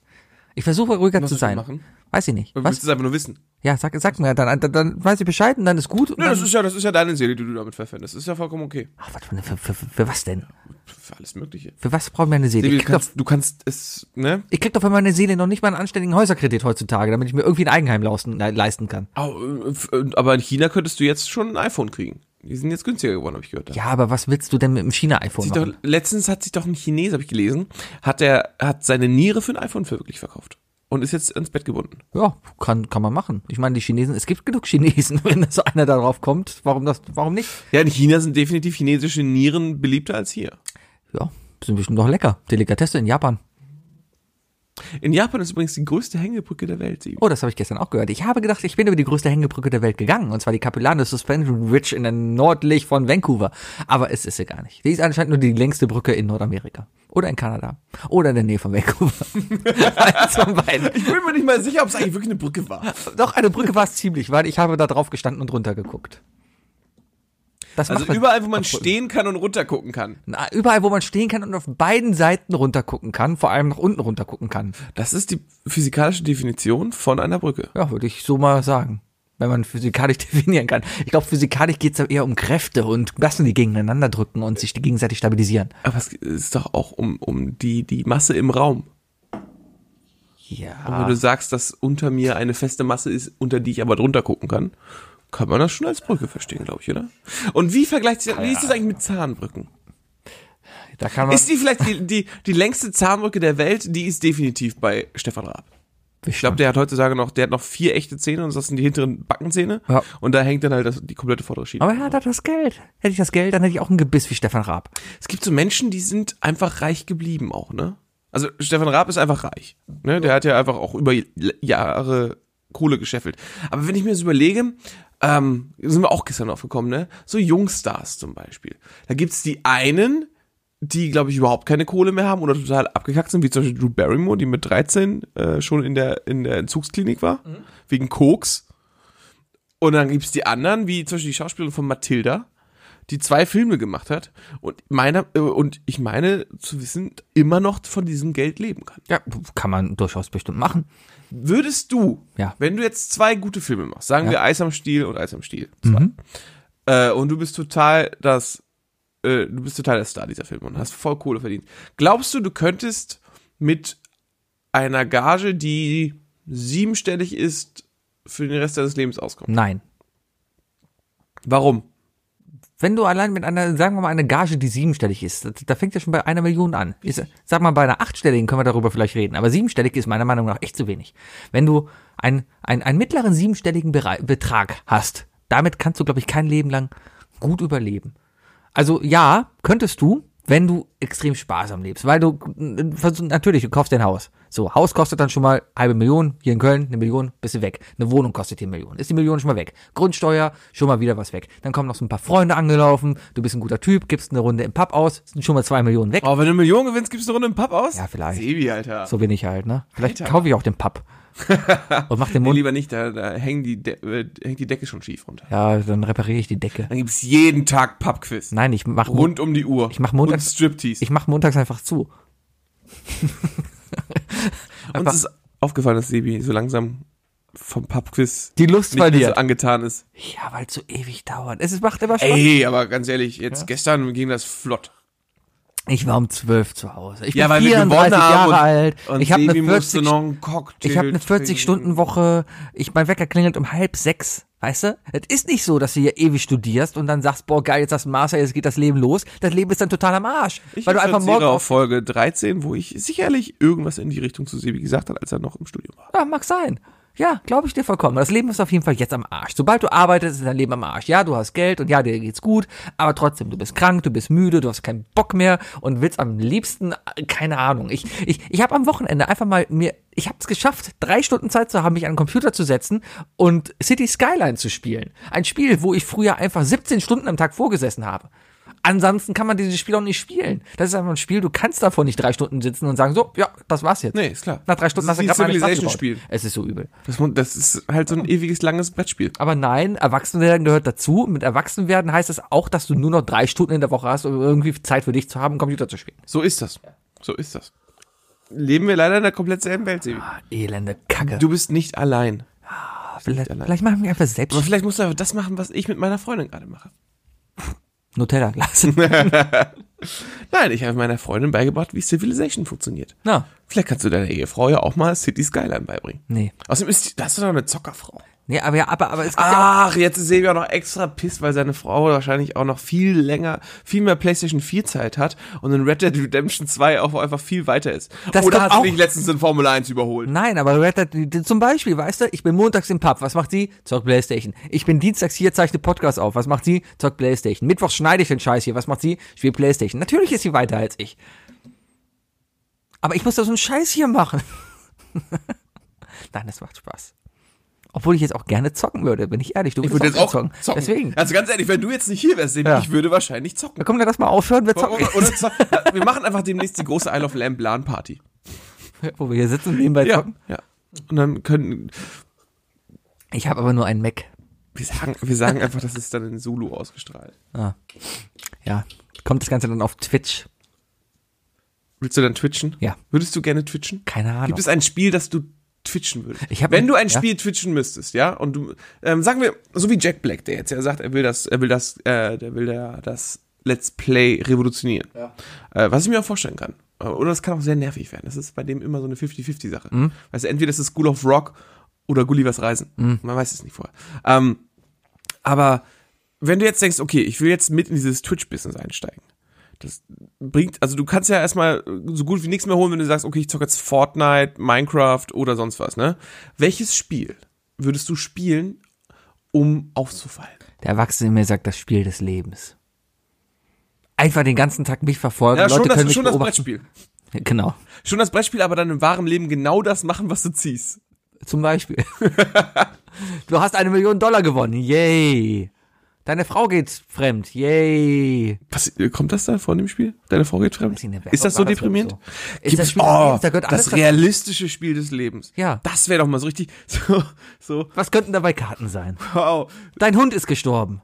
Speaker 3: Ich versuche ruhiger zu
Speaker 2: soll ich
Speaker 3: sein.
Speaker 2: machen?
Speaker 3: Weiß ich nicht.
Speaker 2: Du willst
Speaker 3: Was?
Speaker 2: es einfach nur wissen.
Speaker 3: Ja, sag, sag mir, dann, dann, dann weiß ich Bescheid und dann ist gut. Und
Speaker 2: Ja,
Speaker 3: dann,
Speaker 2: das ist ja, das ist ja deine Seele, die du damit verfändest. Das ist ja vollkommen okay.
Speaker 3: ach, was für, eine- für, für, für was denn?
Speaker 2: Für alles Mögliche.
Speaker 3: Für was braucht man eine Seele?
Speaker 2: Sebi,
Speaker 3: Ich
Speaker 2: du
Speaker 3: krieg, doch,
Speaker 2: kannst, du kannst es, ne?
Speaker 3: ich krieg doch für meine Seele noch nicht mal einen anständigen Häuserkredit heutzutage, damit ich mir irgendwie ein Eigenheim lausten, le- leisten kann.
Speaker 2: Au, äh, f- äh, aber in China könntest du jetzt schon ein iPhone kriegen. Die sind jetzt günstiger geworden, habe ich gehört.
Speaker 3: Ja, aber was willst du denn mit dem China-iPhone
Speaker 2: Sich doch,
Speaker 3: machen?
Speaker 2: letztens hat sich doch ein Chines, habe ich gelesen, hat er hat seine Niere für ein iPhone für wirklich verkauft und ist jetzt ans Bett gebunden.
Speaker 3: Ja, kann, kann man machen. Ich meine, die Chinesen, es gibt genug Chinesen, wenn da so einer darauf kommt, warum das, warum nicht?
Speaker 2: Ja, in China sind definitiv chinesische Nieren beliebter als hier.
Speaker 3: Ja, sind bestimmt doch lecker. Delikatesse in Japan.
Speaker 2: In Japan ist übrigens die größte Hängebrücke der Welt. Sieben.
Speaker 3: Oh, das habe ich gestern auch gehört. Ich habe gedacht, ich bin über die größte Hängebrücke der Welt gegangen, und zwar die Capilano Suspension Bridge in der nördlich von Vancouver. Aber es ist sie gar nicht. Die ist anscheinend nur die längste Brücke in Nordamerika. Oder in Kanada. Oder in der Nähe von Vancouver. Eins von beiden.
Speaker 2: Ich bin mir nicht mal sicher, ob es eigentlich wirklich eine Brücke war.
Speaker 3: Doch, eine Brücke war es ziemlich, weil ich habe da drauf gestanden und runtergeguckt. Das
Speaker 2: Also
Speaker 3: macht man-
Speaker 2: überall, wo man stehen kann und runtergucken kann.
Speaker 3: Na, überall, wo man stehen kann und auf beiden Seiten runtergucken kann, vor allem nach unten runtergucken kann.
Speaker 2: Das ist die physikalische Definition von einer Brücke.
Speaker 3: Ja, würde ich so mal sagen. Wenn man physikalisch definieren kann. Ich glaube, physikalisch geht's ja eher um Kräfte und Massen, die gegeneinander drücken und sich die gegenseitig stabilisieren.
Speaker 2: Aber es ist doch auch um, um die, die Masse im Raum. Und wenn
Speaker 3: Ja.
Speaker 2: du sagst, dass unter mir eine feste Masse ist, unter die ich aber drunter gucken kann, kann man das schon als Brücke verstehen, glaube ich, oder? Und wie vergleicht sich, wie ist das eigentlich mit Zahnbrücken?
Speaker 3: Da kann man
Speaker 2: Ist die vielleicht die, die, die längste Zahnbrücke der Welt? Die ist definitiv bei Stefan Raab. Ich glaube, der hat heutzutage noch, der hat noch vier echte Zähne und das sind die hinteren Backenzähne.
Speaker 3: Ja.
Speaker 2: Und da hängt dann halt das, die komplette vordere Schiene.
Speaker 3: aber er hat halt das Geld. Hätte ich das Geld, dann hätte ich auch ein Gebiss wie Stefan Raab.
Speaker 2: Es gibt so Menschen, die sind einfach reich geblieben auch, ne? Also Stefan Raab ist einfach reich. Ne? Der hat ja einfach auch über Jahre Kohle gescheffelt. Aber wenn ich mir das überlege, ähm, sind wir auch gestern aufgekommen, ne? So Jungstars zum Beispiel. Da gibt's die einen, die, glaube ich, überhaupt keine Kohle mehr haben oder total abgekackt sind, wie zum Beispiel Drew Barrymore, die mit 13 äh, schon in der, in der Entzugsklinik war, wegen Koks. Und dann gibt's die anderen, wie zum Beispiel die Schauspielerin von Matilda, die zwei Filme gemacht hat und meiner äh, und ich meine zu wissen immer noch von diesem Geld leben kann.
Speaker 3: Ja, kann man durchaus bestimmt machen.
Speaker 2: Würdest du,
Speaker 3: Ja.
Speaker 2: wenn du jetzt zwei gute Filme machst, sagen wir Eis am Stiel und Eis am Stiel, zwei,
Speaker 3: Mhm.
Speaker 2: äh, und du bist total das, äh, du bist total der Star dieser Filme und hast voll Kohle verdient. Glaubst du, du könntest mit einer Gage, die siebenstellig ist, für den Rest deines Lebens auskommen?
Speaker 3: Nein. Mhm.
Speaker 2: Warum?
Speaker 3: Wenn du allein mit einer, sagen wir mal, eine Gage, die siebenstellig ist, da, da fängt ja schon bei einer Million an. Ist, sag mal, bei einer achtstelligen können wir darüber vielleicht reden, aber siebenstellig ist meiner Meinung nach echt zu wenig. Wenn du ein, ein, einen mittleren siebenstelligen Berei- Betrag hast, damit kannst du, glaube ich, kein Leben lang gut überleben. Also ja, könntest du, wenn du extrem sparsam lebst, weil du äh, versuch- natürlich, du kaufst dir ein Haus. So, Haus kostet dann schon mal halbe Million, hier in Köln eine Million, bist du weg. Eine Wohnung kostet hier Millionen, ist die Million schon mal weg. Grundsteuer, schon mal wieder was weg. Dann kommen noch so ein paar Freunde angelaufen, du bist ein guter Typ, gibst eine Runde im Pub aus, sind schon mal zwei Millionen weg.
Speaker 2: Oh, wenn du eine Million gewinnst, gibst du eine Runde im Pub aus?
Speaker 3: Ja, vielleicht.
Speaker 2: Sebi, Alter.
Speaker 3: So bin ich halt, ne? Vielleicht
Speaker 2: Alter.
Speaker 3: kaufe ich auch den Pub. Und mach den
Speaker 2: Nee,
Speaker 3: Mund.
Speaker 2: lieber nicht, da, da hängen die De äh, hängt die Decke schon schief runter.
Speaker 3: Ja, dann repariere ich die Decke.
Speaker 2: Dann gibt's jeden Tag Pubquiz.
Speaker 3: Nein, ich mach
Speaker 2: Rund um die Uhr. Ich
Speaker 3: mach Montag-
Speaker 2: Und Striptease.
Speaker 3: Ich mach montags einfach zu.
Speaker 2: Uns ist aufgefallen, dass Sebi so langsam vom Pubquiz
Speaker 3: Die Lust
Speaker 2: nicht mehr so
Speaker 3: verliert.
Speaker 2: angetan ist.
Speaker 3: Ja, weil es so ewig dauert. Es ist- macht immer Spaß.
Speaker 2: Ey, aber ganz ehrlich, jetzt gestern ging das flott.
Speaker 3: Ich war um zwölf zu Hause. Ich bin
Speaker 2: Ja, weil wir
Speaker 3: 34
Speaker 2: gewonnen haben
Speaker 3: Jahre
Speaker 2: und-
Speaker 3: alt.
Speaker 2: Und
Speaker 3: ich habe
Speaker 2: Sebi
Speaker 3: eine
Speaker 2: musste
Speaker 3: 40,
Speaker 2: noch einen Cocktail
Speaker 3: ich habe eine
Speaker 2: trinken.
Speaker 3: 40 Stunden Woche. Ich mein Wecker klingelt um halb sechs. Weißt du? Es ist nicht so, dass du hier ewig studierst und dann sagst, boah geil, jetzt hast du einen Master, jetzt geht das Leben los. Das Leben ist dann total am Arsch,
Speaker 2: Ich
Speaker 3: weil du einfach morgen
Speaker 2: auf Folge 13, wo ich sicherlich irgendwas in die Richtung zu Sebi gesagt hat, als er noch im Studium war.
Speaker 3: Ja, mag sein. Ja, glaube ich dir vollkommen. Das Leben ist auf jeden Fall jetzt am Arsch. Sobald du arbeitest, ist dein Leben am Arsch. Ja, du hast Geld und ja, dir geht's gut, aber trotzdem, du bist krank, du bist müde, du hast keinen Bock mehr und willst am liebsten, äh, keine Ahnung. Ich, ich, ich habe am Wochenende einfach mal mir, ich habe es geschafft, drei Stunden Zeit zu haben, mich an den Computer zu setzen und City Skyline zu spielen. Ein Spiel, wo ich früher einfach 17 Stunden am Tag vorgesessen habe. Ansonsten kann man dieses Spiel auch nicht spielen. Das ist einfach ein Spiel, du kannst davor nicht drei Stunden sitzen und sagen, so, ja, das war's jetzt.
Speaker 2: Nee, ist klar.
Speaker 3: Nach drei Stunden
Speaker 2: Das
Speaker 3: hast
Speaker 2: ist
Speaker 3: du
Speaker 2: wie
Speaker 3: gerade mal eine Stadt gebaut.
Speaker 2: Civilization-Spiel.
Speaker 3: Es ist so übel.
Speaker 2: Das, mu- das ist halt so ein ewiges langes Brettspiel.
Speaker 3: Aber nein, Erwachsenwerden gehört dazu. Mit Erwachsenwerden heißt es auch, dass du nur noch drei Stunden in der Woche hast, um irgendwie Zeit für dich zu haben, Computer zu spielen.
Speaker 2: So ist das. So ist das. Leben wir leider in der komplett selben Welt, Sebi.
Speaker 3: Ah, elende Kacke.
Speaker 2: Du bist nicht allein.
Speaker 3: vielleicht, vielleicht machen wir einfach
Speaker 2: Aber
Speaker 3: selbst
Speaker 2: vielleicht musst du einfach das machen, was ich mit meiner Freundin gerade mache.
Speaker 3: Nutella-Glas.
Speaker 2: Nein, ich habe meiner Freundin beigebracht, wie Civilization funktioniert.
Speaker 3: Na,
Speaker 2: Vielleicht kannst du deiner Ehefrau ja auch mal City Skyline beibringen.
Speaker 3: nee.
Speaker 2: Außerdem ist die, das ist doch eine Zockerfrau.
Speaker 3: Nee, aber ja, aber, aber es gibt ja
Speaker 2: Ach, jetzt ist Sebi auch noch extra piss, weil seine Frau wahrscheinlich auch noch viel länger, viel mehr PlayStation 4 Zeit hat und in Red Dead Redemption 2 auch einfach viel weiter ist.
Speaker 3: Das
Speaker 2: Oder
Speaker 3: kann
Speaker 2: hat sie
Speaker 3: auch-
Speaker 2: dich letztens in Formel 1 überholt?
Speaker 3: Nein, aber Red Dead, die- die- zum Beispiel, weißt du, ich bin montags im Pub, was macht sie? Zockt Playstation. Ich bin dienstags hier, zeichne Podcast auf, was macht sie? Zockt Playstation. Mittwochs schneide ich den Scheiß hier, was macht sie? Spielt Playstation. Natürlich ist sie weiter als ich. Aber ich muss da so einen Scheiß hier machen. Nein, das macht Spaß. Obwohl ich jetzt auch gerne zocken würde, bin ich ehrlich. Du
Speaker 2: Ich
Speaker 3: willst
Speaker 2: würde jetzt auch zocken.
Speaker 3: zocken. Deswegen.
Speaker 2: Also ganz ehrlich, wenn du jetzt nicht hier wärst, Sebi,
Speaker 3: Ja.
Speaker 2: ich würde wahrscheinlich zocken.
Speaker 3: Ja, komm, lass mal aufhören, wir zocken.
Speaker 2: Oder, oder zocken. Wir machen einfach demnächst die große Isle of Lamb LAN Party.
Speaker 3: Wo wir hier sitzen und nebenbei
Speaker 2: Ja,
Speaker 3: Äh, zocken.
Speaker 2: ja. Und dann können,
Speaker 3: Ich habe aber nur einen Mac.
Speaker 2: wir sagen, wir sagen einfach, das ist dann in Zulu ausgestrahlt.
Speaker 3: Ja. Kommt das Ganze dann auf Twitch?
Speaker 2: Willst du dann twitchen?
Speaker 3: Ja.
Speaker 2: Würdest du gerne twitchen?
Speaker 3: Keine Ahnung.
Speaker 2: Gibt es ein Spiel, das du twitchen würdest?
Speaker 3: Ich hab-
Speaker 2: Wenn du ein
Speaker 3: ja.
Speaker 2: Spiel twitchen müsstest, ja, und du, ähm, sagen wir, so wie Jack Black, der jetzt ja sagt, er will das, er will das, äh, der will ja das Let's Play revolutionieren. Äh, was ich mir auch vorstellen kann. Äh, Oder es kann auch sehr nervig werden. Das ist bei dem immer so eine 50-50-Sache.
Speaker 3: Mhm.
Speaker 2: Weißt du, entweder ist es School of Rock oder Gullivers Reisen.
Speaker 3: Mhm.
Speaker 2: Man weiß es nicht vorher. Ähm, aber wenn du jetzt denkst, okay, ich will jetzt mit in dieses Twitch-Business einsteigen, das bringt, also du kannst ja erstmal so gut wie nichts mehr holen, wenn du sagst, okay, ich zocke jetzt Fortnite, Minecraft oder sonst was, ne? Welches Spiel würdest du spielen, um aufzufallen?
Speaker 3: Der Erwachsene in mir sagt das Spiel des Lebens. Einfach den ganzen Tag mich verfolgen.
Speaker 2: Ja, schon
Speaker 3: Leute können
Speaker 2: das,
Speaker 3: mich
Speaker 2: schon das
Speaker 3: beobachten.
Speaker 2: Brettspiel.
Speaker 3: Genau.
Speaker 2: Schon das Brettspiel, aber dann im wahren Leben genau das machen, was du ziehst.
Speaker 3: Zum Beispiel. du hast eine Million Dollar gewonnen. Yay. Deine Frau geht fremd. Yay.
Speaker 2: Was, kommt das da vor dem Spiel? Deine Frau geht fremd?
Speaker 3: Weiß ich nicht, wer-
Speaker 2: Ist das so
Speaker 3: war das
Speaker 2: deprimierend?
Speaker 3: so? Ist
Speaker 2: Gibt
Speaker 3: das
Speaker 2: es-
Speaker 3: Spiel des Lebens, da gehört alles
Speaker 2: das
Speaker 3: dazu.
Speaker 2: realistische Spiel des Lebens.
Speaker 3: Ja.
Speaker 2: Das wäre doch mal so richtig, so, so,
Speaker 3: Was könnten dabei Karten sein?
Speaker 2: wow.
Speaker 3: Dein Hund ist gestorben.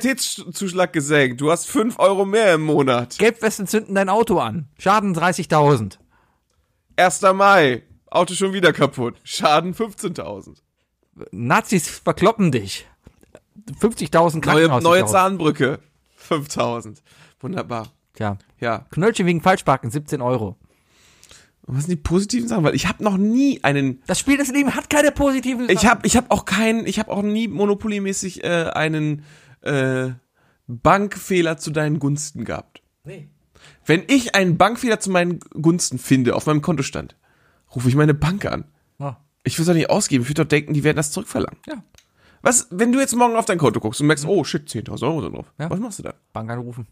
Speaker 2: Solidaritätszuschlag gesenkt. Du hast fünf Euro mehr im Monat.
Speaker 3: Gelbwesten zünden dein Auto an. Schaden 30.000.
Speaker 2: 1. Mai. Auto schon wieder kaputt. Schaden 15.000.
Speaker 3: Nazis verkloppen dich. 50.000
Speaker 2: Neue,
Speaker 3: Krankenhaus.
Speaker 2: neue Zahnbrücke. 5.000. Wunderbar.
Speaker 3: Tja.
Speaker 2: Ja.
Speaker 3: Knöllchen wegen Falschparken, 17 Euro.
Speaker 2: Und was sind die positiven Sachen? Weil ich habe noch nie einen,
Speaker 3: Das Spiel des Lebens hat keine positiven
Speaker 2: ich habe, ich habe auch keinen, ich habe auch nie Monopoly-mäßig äh, einen äh, Bankfehler zu deinen Gunsten gehabt.
Speaker 3: Nee.
Speaker 2: Wenn ich einen Bankfehler zu meinen Gunsten finde auf meinem Kontostand, rufe ich meine Bank an.
Speaker 3: Ja.
Speaker 2: Ich würde doch nicht ausgeben. Ich würde doch denken, die werden das zurückverlangen.
Speaker 3: Ah, Ja.
Speaker 2: Was, wenn du jetzt morgen auf dein Konto guckst und merkst, oh shit, 10.000 Euro sind drauf.
Speaker 3: Ja.
Speaker 2: Was machst du da?
Speaker 3: Bank anrufen.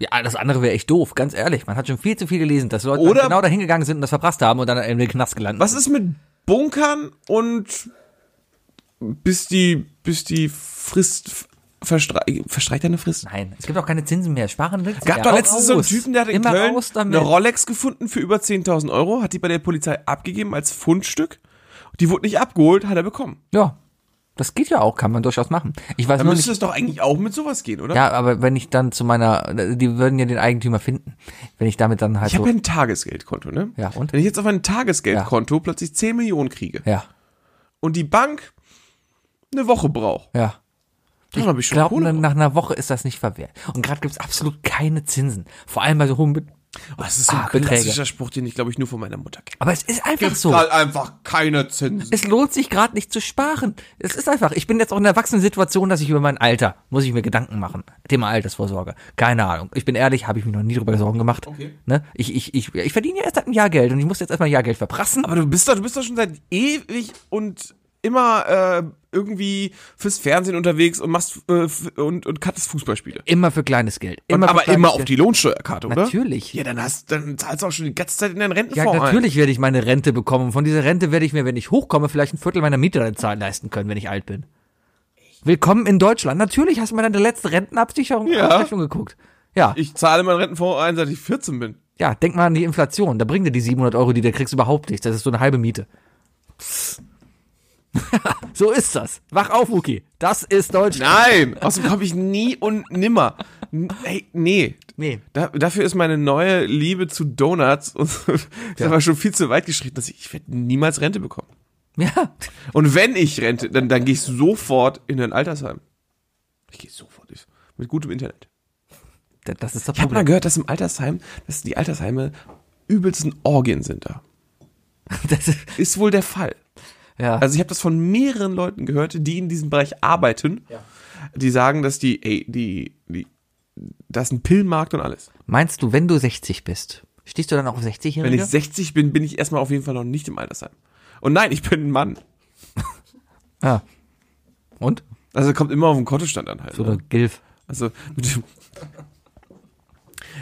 Speaker 3: Ja, das andere wäre echt doof, ganz ehrlich. Man hat schon viel zu viel gelesen, dass Leute
Speaker 2: Oder-
Speaker 3: genau dahin gegangen sind und das verprasst haben und dann in den Knast gelandet.
Speaker 2: Was ist mit Bunkern und bis die, bis die Frist f- verstreicht, verstreicht eine Frist?
Speaker 3: Nein, es gibt auch keine Zinsen mehr. Sparen nützt
Speaker 2: Gab
Speaker 3: ja.
Speaker 2: doch
Speaker 3: Hau
Speaker 2: letztens so einen
Speaker 3: raus.
Speaker 2: Typen, der hat in
Speaker 3: Immer
Speaker 2: Köln
Speaker 3: raus damit.
Speaker 2: eine Rolex gefunden für über 10.000 Euro, hat die bei der Polizei abgegeben als Fundstück. Die wurde nicht abgeholt, hat er bekommen.
Speaker 3: Ja, das geht ja auch, kann man durchaus machen. Ich weiß
Speaker 2: Da
Speaker 3: nur
Speaker 2: müsste
Speaker 3: nicht.
Speaker 2: es doch eigentlich auch mit sowas gehen, oder?
Speaker 3: Ja, aber wenn ich dann zu meiner, die würden ja den Eigentümer finden, wenn ich damit dann halt
Speaker 2: Ich habe
Speaker 3: so.
Speaker 2: ja ein Tagesgeldkonto, ne?
Speaker 3: Ja, und?
Speaker 2: Wenn ich jetzt auf mein Tagesgeldkonto plötzlich 10 Millionen kriege
Speaker 3: Ja,
Speaker 2: und die Bank eine Woche braucht,
Speaker 3: ja.
Speaker 2: dann habe ich schon
Speaker 3: Glaub,
Speaker 2: Kohle.
Speaker 3: nach einer Woche ist das nicht verwehrt. Und gerade gibt's absolut keine Zinsen. Vor allem bei so hohen. Be
Speaker 2: Das ist so
Speaker 3: Ah,
Speaker 2: ein
Speaker 3: Beträge.
Speaker 2: klassischer Spruch, den ich, glaube ich, nur von meiner Mutter kenne.
Speaker 3: Aber es ist einfach so.
Speaker 2: Zahl halt einfach keine Zinsen.
Speaker 3: Es lohnt sich gerade nicht zu sparen. Es ist einfach. Ich bin jetzt auch in der erwachsenen Situation, dass ich über mein Alter muss ich mir Gedanken machen. Thema Altersvorsorge. Keine Ahnung. Ich bin ehrlich, habe ich mir noch nie drüber Sorgen gemacht.
Speaker 2: Okay.
Speaker 3: Ne? Ich, ich, ich, ich verdiene ja erst seit einem Jahr Geld und ich muss jetzt erstmal ein Jahr Geld verprassen.
Speaker 2: Aber du bist doch, du bist doch schon seit ewig und immer äh, irgendwie fürs Fernsehen unterwegs und machst äh, f- und, und cuttest Fußballspiele.
Speaker 3: Immer für kleines Geld.
Speaker 2: Und,
Speaker 3: für
Speaker 2: aber
Speaker 3: kleines
Speaker 2: immer
Speaker 3: Geld.
Speaker 2: auf die Lohnsteuerkarte, oder?
Speaker 3: Natürlich.
Speaker 2: Ja, dann hast dann zahlst du auch schon die ganze Zeit in deinen
Speaker 3: Ja,
Speaker 2: Rentenfonds ein.
Speaker 3: natürlich werde ich meine Rente bekommen. Von dieser Rente werde ich mir, wenn ich hochkomme, vielleicht ein Viertel meiner Miete dann zahlen leisten können, wenn ich alt bin. Willkommen in Deutschland. Natürlich hast du mal deine letzte Rentenabsicherung
Speaker 2: Ja.
Speaker 3: Abrechnung geguckt. Ja,
Speaker 2: Ich zahle meinen Rentenfonds ein, seit ich 14 bin.
Speaker 3: ja, denk mal an die Inflation. Da bringen dir die 700 Euro, die du kriegst, überhaupt nichts. Das ist so eine halbe Miete. so ist das. Wach auf, Muki. Das ist Deutschland.
Speaker 2: Nein, außerdem komme ich nie und nimmer. N- Hey, nee.
Speaker 3: Nee.
Speaker 2: Da, dafür ist meine neue Liebe zu Donuts und ist aber schon viel zu weit geschritten, dass ich, ich werde niemals Rente bekommen.
Speaker 3: Ja,
Speaker 2: Und wenn ich Rente, dann, dann gehe ich sofort in ein Altersheim. Ich gehe sofort ich- mit gutem Internet.
Speaker 3: D- das ist das
Speaker 2: Ich habe mal
Speaker 3: Problem.
Speaker 2: gehört, dass im Altersheim, dass die Altersheime übelsten Orgien sind da.
Speaker 3: Das ist,
Speaker 2: Ist wohl der Fall.
Speaker 3: ja.
Speaker 2: Also ich habe das von mehreren Leuten gehört, die in diesem Bereich arbeiten, die sagen, dass die, ey, die, die, das ist ein Pillmarkt und alles.
Speaker 3: Meinst du, wenn du 60 bist, stehst du dann auch auf 60-Jährige?
Speaker 2: Wenn ich 60 bin, bin ich erstmal auf jeden Fall noch nicht im Altersheim. Und nein, ich bin ein Mann.
Speaker 3: ja. Ah. Und?
Speaker 2: Also kommt immer auf den Kontostand an halt.
Speaker 3: So
Speaker 2: ne?
Speaker 3: eine Gilf.
Speaker 2: Also mit dem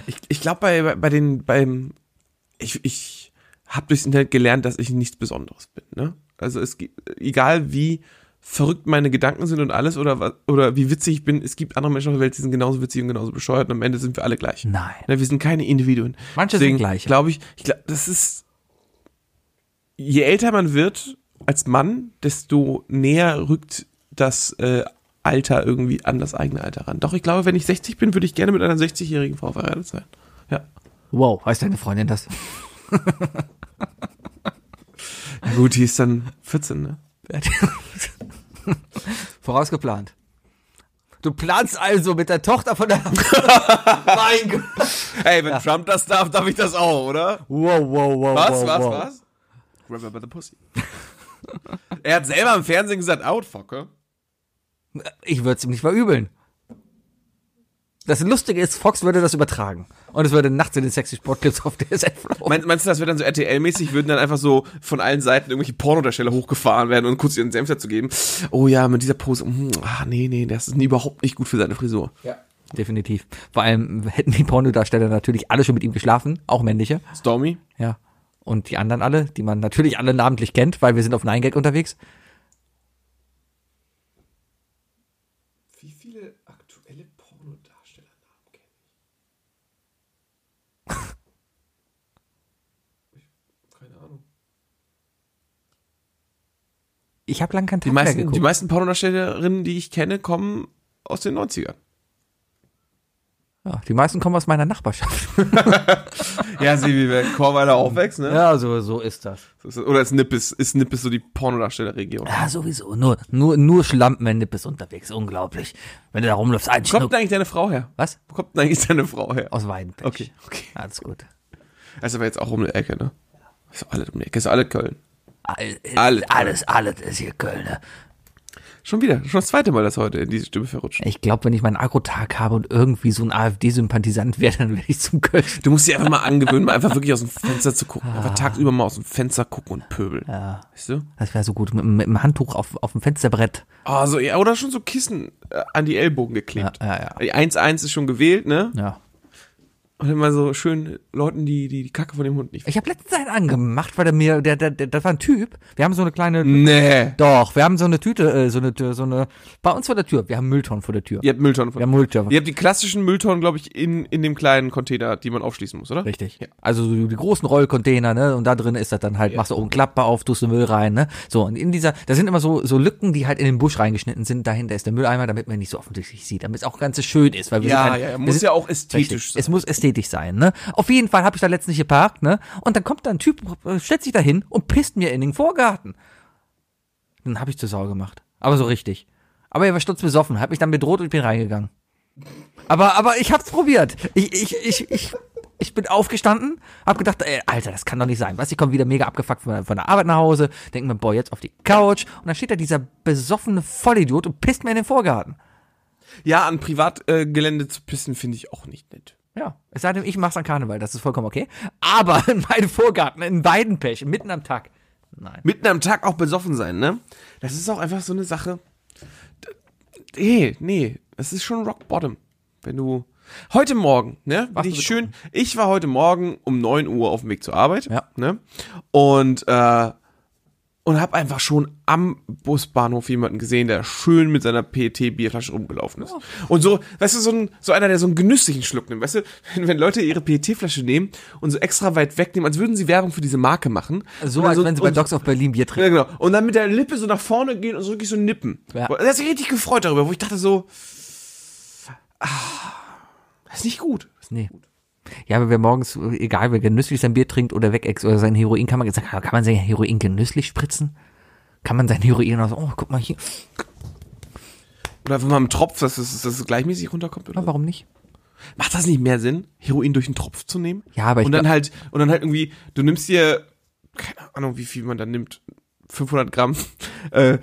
Speaker 2: ich, ich glaube bei, bei bei den beim ich ich habe durchs Internet gelernt, dass ich nichts Besonderes bin. Ne? Also es gibt egal wie verrückt meine Gedanken sind und alles oder wa- oder wie witzig ich bin, es gibt andere Menschen auf der Welt, die sind genauso witzig und genauso bescheuert und am Ende sind wir alle gleich.
Speaker 3: Nein.
Speaker 2: Ne, wir sind keine Individuen.
Speaker 3: Manche sind gleich.
Speaker 2: Glaube ich, ich glaube, das ist je älter man wird als Mann, desto näher rückt das äh, Alter irgendwie an das eigene Alter ran. Doch ich glaube, wenn ich 60 bin, würde ich gerne mit einer 60-jährigen Frau verheiratet sein. Ja.
Speaker 3: Wow, weiß deine Freundin das?
Speaker 2: Na gut, die ist dann 14, ne?
Speaker 3: Vorausgeplant. Du planst also mit der Tochter von der. mein Gott.
Speaker 2: Ey, wenn Trump das darf, darf ich das auch, oder?
Speaker 3: Wow, wow, wow.
Speaker 2: Was,
Speaker 3: wow,
Speaker 2: was,
Speaker 3: wow.
Speaker 2: was? Grab her by the pussy. er hat selber im Fernsehen gesagt, Outfucker.
Speaker 3: Ich würde es ihm nicht verübeln. Das Lustige ist, Fox würde das übertragen. Und es würde nachts in den sexy Sportclips auf DSF laufen.
Speaker 2: Mein, meinst du, das wird dann so RTL-mäßig, würden dann einfach so von allen Seiten irgendwelche Pornodarsteller hochgefahren werden und kurz ihren Senf dazu geben? Oh ja, mit dieser Pose, mm, ah nee, nee, das ist überhaupt nicht gut für seine Frisur.
Speaker 3: Ja. Definitiv. Vor allem hätten die Pornodarsteller natürlich alle schon mit ihm geschlafen, auch männliche.
Speaker 2: Stormy?
Speaker 3: Ja. Und die anderen alle, die man natürlich alle namentlich kennt, weil wir sind auf 9gag unterwegs.
Speaker 2: Wie viele aktuelle Pornodarstellernamen kenne ich? Keine Ahnung.
Speaker 3: Ich habe lange keinen
Speaker 2: Die
Speaker 3: Tag mehr
Speaker 2: meisten,
Speaker 3: geguckt.
Speaker 2: die meisten Pornodarstellerinnen, die ich kenne, kommen aus den 90ern.
Speaker 3: ja, die meisten kommen aus meiner Nachbarschaft.
Speaker 2: Ja, sieh, wie wir Korweiler aufwächst, ne?
Speaker 3: ja, so, so ist das.
Speaker 2: Oder ist Nippes, ist Nippes so die Pornodarstellerregion?
Speaker 3: Ja, sowieso. Nur, nur, nur Schlampenwende bist unterwegs. Unglaublich. Wenn du da rumläufst, ein
Speaker 2: Wo kommt
Speaker 3: Schnuck.
Speaker 2: denn eigentlich deine Frau her?
Speaker 3: Was?
Speaker 2: Wo kommt denn eigentlich deine Frau her?
Speaker 3: Aus Weidenpech.
Speaker 2: Okay, okay.
Speaker 3: Alles gut.
Speaker 2: Also aber jetzt auch um die Ecke, ne? Ist doch alle um die Ecke, ist doch alle Köln.
Speaker 3: All- äh,
Speaker 2: Alles.
Speaker 3: alles, alles ist hier ne? Kölner.
Speaker 2: Schon wieder, schon das zweite Mal, dass heute in diese Stimme verrutscht.
Speaker 3: Ich glaube, wenn ich meinen Agrotag habe und irgendwie so ein AfD-Sympathisant wäre, dann werde ich zum Köln.
Speaker 2: Du musst dir einfach mal angewöhnen, mal einfach wirklich aus dem Fenster zu gucken.
Speaker 3: Ah.
Speaker 2: Einfach tagsüber mal aus dem Fenster gucken und pöbeln. Ja. Weißt du?
Speaker 3: Das wäre so gut. Mit, mit dem Handtuch auf, auf dem Fensterbrett.
Speaker 2: Ah, so, ja, oder schon so Kissen äh, an die Ellbogen geklebt.
Speaker 3: Ja, ja, ja.
Speaker 2: Die 1-1 ist schon gewählt, ne?
Speaker 3: Ja.
Speaker 2: Und immer so schön Leuten, die, die die Kacke von dem Hund nicht.
Speaker 3: Ich habe letztens einen angemacht, weil der mir, der, der, der, das war ein Typ. Wir haben so eine kleine,
Speaker 2: Nee.
Speaker 3: doch, wir haben so eine Tüte, äh, so eine, Tür- so eine, bei uns vor der Tür. Wir haben Mülltonnen vor der Tür.
Speaker 2: Ihr habt Mülltonnen von.
Speaker 3: Wir haben Mülltonnen.
Speaker 2: Ihr habt die klassischen Mülltonnen, glaube ich, in, in dem kleinen Container, die man aufschließen muss, oder?
Speaker 3: Richtig. Also so die großen Rollcontainer, ne? Und da drin ist das dann halt, machst du oben Klappe auf, tust den Müll rein, ne? So, und in dieser, da sind immer so, so Lücken, die halt in den Busch reingeschnitten sind. Dahinter ist der Mülleimer, damit man ihn nicht so offensichtlich sieht, damit es auch ganz schön ist. Weil wir
Speaker 2: Ja,
Speaker 3: sind ein,
Speaker 2: ja, ja,
Speaker 3: wir
Speaker 2: muss
Speaker 3: sind,
Speaker 2: ja auch ästhetisch
Speaker 3: Richtig.
Speaker 2: sein.
Speaker 3: Es muss ästhetisch sein, ne? Auf jeden Fall habe ich da letztens geparkt, ne? Und dann kommt da ein Typ, äh, stellt sich da hin und pisst mir in den Vorgarten. Dann habe ich zur Sau gemacht. Aber so richtig. Aber er war stutzbesoffen, hat mich dann bedroht und ich bin reingegangen. Aber, aber ich hab's probiert. Ich, ich, ich, ich, ich bin aufgestanden, hab gedacht, ey, Alter, das kann doch nicht sein. Weißt du, ich komme wieder mega abgefuckt von, der- von der Arbeit nach Hause, denk mir, boah, jetzt auf die Couch. Und dann steht da dieser besoffene Vollidiot und pisst mir in den Vorgarten.
Speaker 2: Ja, an Privatgelände äh, zu pissen finde ich auch nicht nett.
Speaker 3: Ja. Es sei denn, ich mach's an Karneval, das ist vollkommen okay. Aber in meinem Vorgarten, in Weidenpech, mitten am Tag. Nein.
Speaker 2: Mitten am Tag auch besoffen sein, ne? Das ist auch einfach so eine Sache. D- Nee, nee, es ist schon Rock Bottom, wenn du heute morgen, ne? Bin ich schön. Ich war heute morgen um 9 Uhr auf dem Weg zur Arbeit,
Speaker 3: Ja.
Speaker 2: ne? Und äh und habe einfach schon am Busbahnhof jemanden gesehen, der schön mit seiner PET Bierflasche rumgelaufen
Speaker 3: Oh.
Speaker 2: ist. Und so, weißt du, so ein so einer, der so einen genüsslichen Schluck nimmt, weißt du, wenn, wenn Leute ihre PET Flasche nehmen und so extra weit wegnehmen, als würden sie Werbung für diese Marke machen.
Speaker 3: So,
Speaker 2: Und dann
Speaker 3: als wenn sie bei
Speaker 2: und-
Speaker 3: Dogs of Berlin
Speaker 2: ja,
Speaker 3: Bier trinken.
Speaker 2: genau. Und dann mit der Lippe so nach vorne gehen und so wirklich so nippen.
Speaker 3: Ja.
Speaker 2: Und Er hat sich richtig gefreut darüber, wo ich dachte so, ah, das ist nicht gut.
Speaker 3: Nee. Ja, aber wer morgens, äh, egal wer genüsslich sein Bier trinkt oder wegex oder sein Heroin, kann man jetzt sagen, kann man sein Heroin genüsslich spritzen? Kann man sein Heroin aus, oh, guck mal hier.
Speaker 2: Oder wenn man einen Tropf, dass es, dass es gleichmäßig runterkommt. Oder?
Speaker 3: Na, oh, warum nicht?
Speaker 2: so. Macht das nicht mehr Sinn, Heroin durch einen Tropf zu nehmen?
Speaker 3: Ja, aber ich
Speaker 2: Und dann
Speaker 3: glaub-
Speaker 2: halt, und dann halt irgendwie, du nimmst dir, keine Ahnung, wie viel man dann nimmt, 500 Gramm, äh,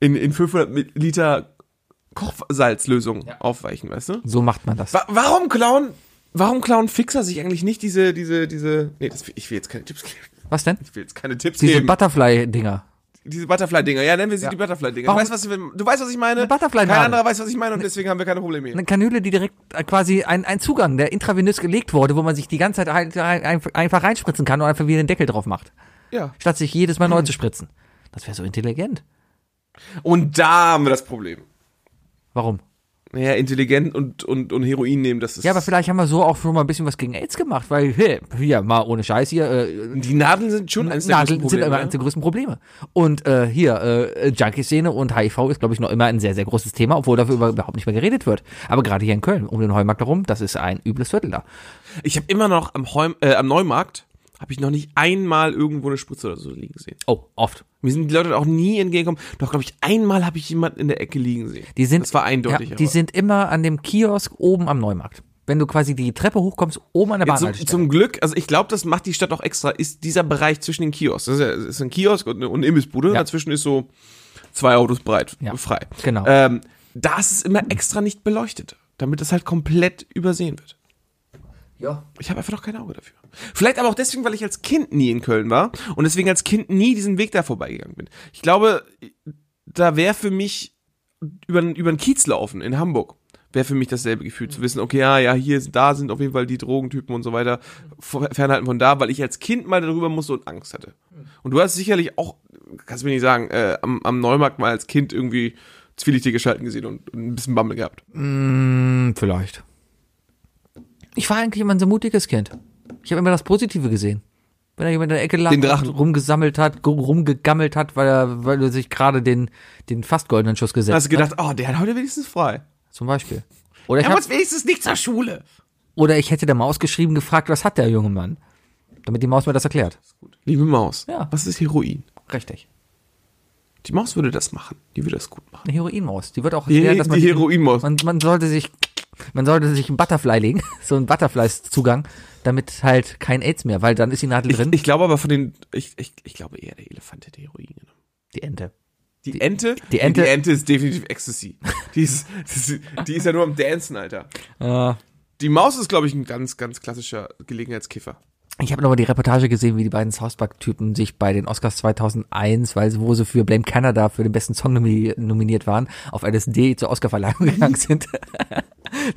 Speaker 2: in, in 500 Liter Kochsalzlösung aufweichen, weißt du?
Speaker 3: So macht man das.
Speaker 2: Wa warum klauen, warum klauen Fixer sich eigentlich nicht diese, diese, diese, nee, das, ich will jetzt keine Tipps geben.
Speaker 3: Was denn?
Speaker 2: Ich will jetzt keine Tipps
Speaker 3: Diese
Speaker 2: geben.
Speaker 3: Butterfly-Dinger.
Speaker 2: diese Butterfly-Dinger. Ja, nennen wir sie die Butterfly-Dinger. Du
Speaker 3: Warum-
Speaker 2: weißt, was, ich- du weißt, was ich meine.
Speaker 3: Eine Butterfly-Nadel.
Speaker 2: Kein anderer weiß, was ich meine und deswegen haben wir keine Probleme hier.
Speaker 3: Eine Kanüle, die direkt äh, quasi ein, ein Zugang, der intravenös gelegt wurde, wo man sich die ganze Zeit halt ein, ein, einfach reinspritzen kann und einfach wieder den Deckel drauf macht.
Speaker 2: Ja.
Speaker 3: Statt sich jedes Mal neu
Speaker 2: Mhm.
Speaker 3: zu spritzen. Das wäre so intelligent.
Speaker 2: Und da haben wir das Problem.
Speaker 3: Warum?
Speaker 2: Naja, intelligent und, und, und Heroin nehmen, das ist...
Speaker 3: Ja, aber vielleicht haben wir so auch schon mal ein bisschen was gegen AIDS gemacht, weil, hey, hier, mal ohne Scheiß hier, äh,
Speaker 2: die Nadeln sind schon eines der größten
Speaker 3: Nadeln sind
Speaker 2: Probleme.
Speaker 3: immer eines der größten Probleme. Und äh, hier, äh, Junkie-Szene und HIV ist, glaube ich, noch immer ein sehr, sehr großes Thema, obwohl dafür über- überhaupt nicht mehr geredet wird. Aber gerade hier in Köln, um den Heumarkt herum, das ist ein übles Viertel da.
Speaker 2: ne? Ich habe immer noch am, Heum, äh, am Neumarkt, habe ich noch nicht einmal irgendwo eine Spritze oder so liegen sehen.
Speaker 3: Oh, oft.
Speaker 2: Mir sind die Leute auch nie entgegengekommen. Doch, glaube ich, einmal habe ich jemanden in der Ecke liegen sehen.
Speaker 3: Die sind,
Speaker 2: das war eindeutig.
Speaker 3: Ja, die
Speaker 2: aber-
Speaker 3: sind immer an dem Kiosk oben am Neumarkt. Wenn du quasi die Treppe hochkommst, oben an der
Speaker 2: zum,
Speaker 3: Bahnhaltestelle.
Speaker 2: zum Glück, also ich glaube, das macht die Stadt auch extra, ist dieser Bereich zwischen den Kiosks. Das ist, ja, es ist ein Kiosk und eine, und eine Imbissbude. Dazwischen ist so zwei Autos breit,
Speaker 3: Ja,
Speaker 2: frei.
Speaker 3: genau.
Speaker 2: Ähm, da ist es immer extra nicht beleuchtet. damit das halt komplett übersehen wird.
Speaker 3: Ja.
Speaker 2: Ich habe einfach noch kein Auge dafür. Vielleicht aber auch deswegen, weil ich als Kind nie in Köln war und deswegen als Kind nie diesen Weg da vorbeigegangen bin. Ich glaube, da wäre für mich über, über den Kiez laufen in Hamburg, wäre für mich dasselbe Gefühl zu wissen, okay, ah ja, ja, hier, da sind auf jeden Fall die Drogentypen und so weiter, vor- fernhalten von da, weil ich als Kind mal darüber musste und Angst hatte. Und du hast sicherlich auch, kannst du mir nicht sagen, äh, am, am Neumarkt mal als Kind irgendwie zwielichtige Gestalten gesehen und, und ein bisschen Bammel gehabt.
Speaker 3: Vielleicht. Ich war eigentlich immer ein sehr mutiges Kind. Ich habe immer das Positive gesehen. Wenn da jemand in der Ecke lag,
Speaker 2: Den Drachen.
Speaker 3: rumgesammelt hat, ge- rumgegammelt hat, weil er, weil er sich gerade den, den fast goldenen Schuss gesetzt
Speaker 2: Da hast du
Speaker 3: hat.
Speaker 2: gedacht, oh, der hat heute wenigstens frei.
Speaker 3: Zum Beispiel. Oder ich,
Speaker 2: Er
Speaker 3: hab,
Speaker 2: muss wenigstens nicht zur Schule.
Speaker 3: oder ich hätte der Maus geschrieben, gefragt, was hat der junge Mann? Damit die Maus mir das erklärt.
Speaker 2: Liebe Maus,
Speaker 3: Ja.
Speaker 2: was ist Heroin?
Speaker 3: Richtig.
Speaker 2: Die Maus würde das machen. Die würde das gut machen.
Speaker 3: Eine Heroinmaus. Die wird auch
Speaker 2: Die,
Speaker 3: erklärt, dass man
Speaker 2: die Heroinmaus.
Speaker 3: Man, man sollte sich, man sollte sich einen Butterfly legen, so einen Butterfly-Zugang, damit halt kein Aids mehr, weil dann ist die Nadel
Speaker 2: Ich,
Speaker 3: drin.
Speaker 2: ich glaube aber von den, ich, ich, ich glaube eher der Elefant hätte Heroin genommen.
Speaker 3: die Ente.
Speaker 2: Die, Ente?
Speaker 3: die Ente-
Speaker 2: die Ente ist definitiv Ecstasy. Die ist, das ist- die ist ja nur am Dancen, Alter. Die Maus ist, glaube ich, ein ganz, ganz klassischer Gelegenheitskiffer.
Speaker 3: Ich habe nochmal die Reportage gesehen, wie die beiden South Park-Typen sich bei den Oscars 2001, weil sie, wo sie für Blame Canada für den besten Song nomi nominiert waren, auf LSD zur Oscarverleihung gegangen sind.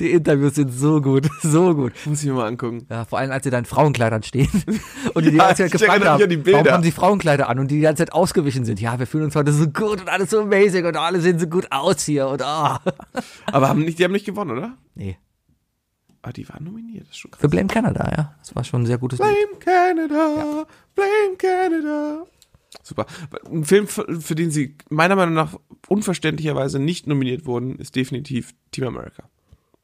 Speaker 3: die Interviews sind so gut, so gut.
Speaker 2: Muss ich mir mal angucken.
Speaker 3: Ja, vor allem, als sie da in Frauenkleidern stehen und die die
Speaker 2: Ja,
Speaker 3: ganze Zeit
Speaker 2: ich
Speaker 3: gefragt
Speaker 2: erinnere mich
Speaker 3: haben,
Speaker 2: an die Bilder.
Speaker 3: warum haben sie Frauenkleider an und die die ganze Zeit ausgewichen sind. Ja, wir fühlen uns heute so gut und alles so amazing und alle sehen so gut aus hier und ah.
Speaker 2: Aber haben nicht, die haben nicht gewonnen, oder?
Speaker 3: Nee,
Speaker 2: Ah, die waren nominiert. Das ist schon krass.
Speaker 3: für Blame Canada, ja. Das war schon ein sehr gutes Lied.
Speaker 2: Blame Canada, Blame Canada. Super. Ein Film, für für den sie meiner Meinung nach unverständlicherweise nicht nominiert wurden, ist definitiv Team America.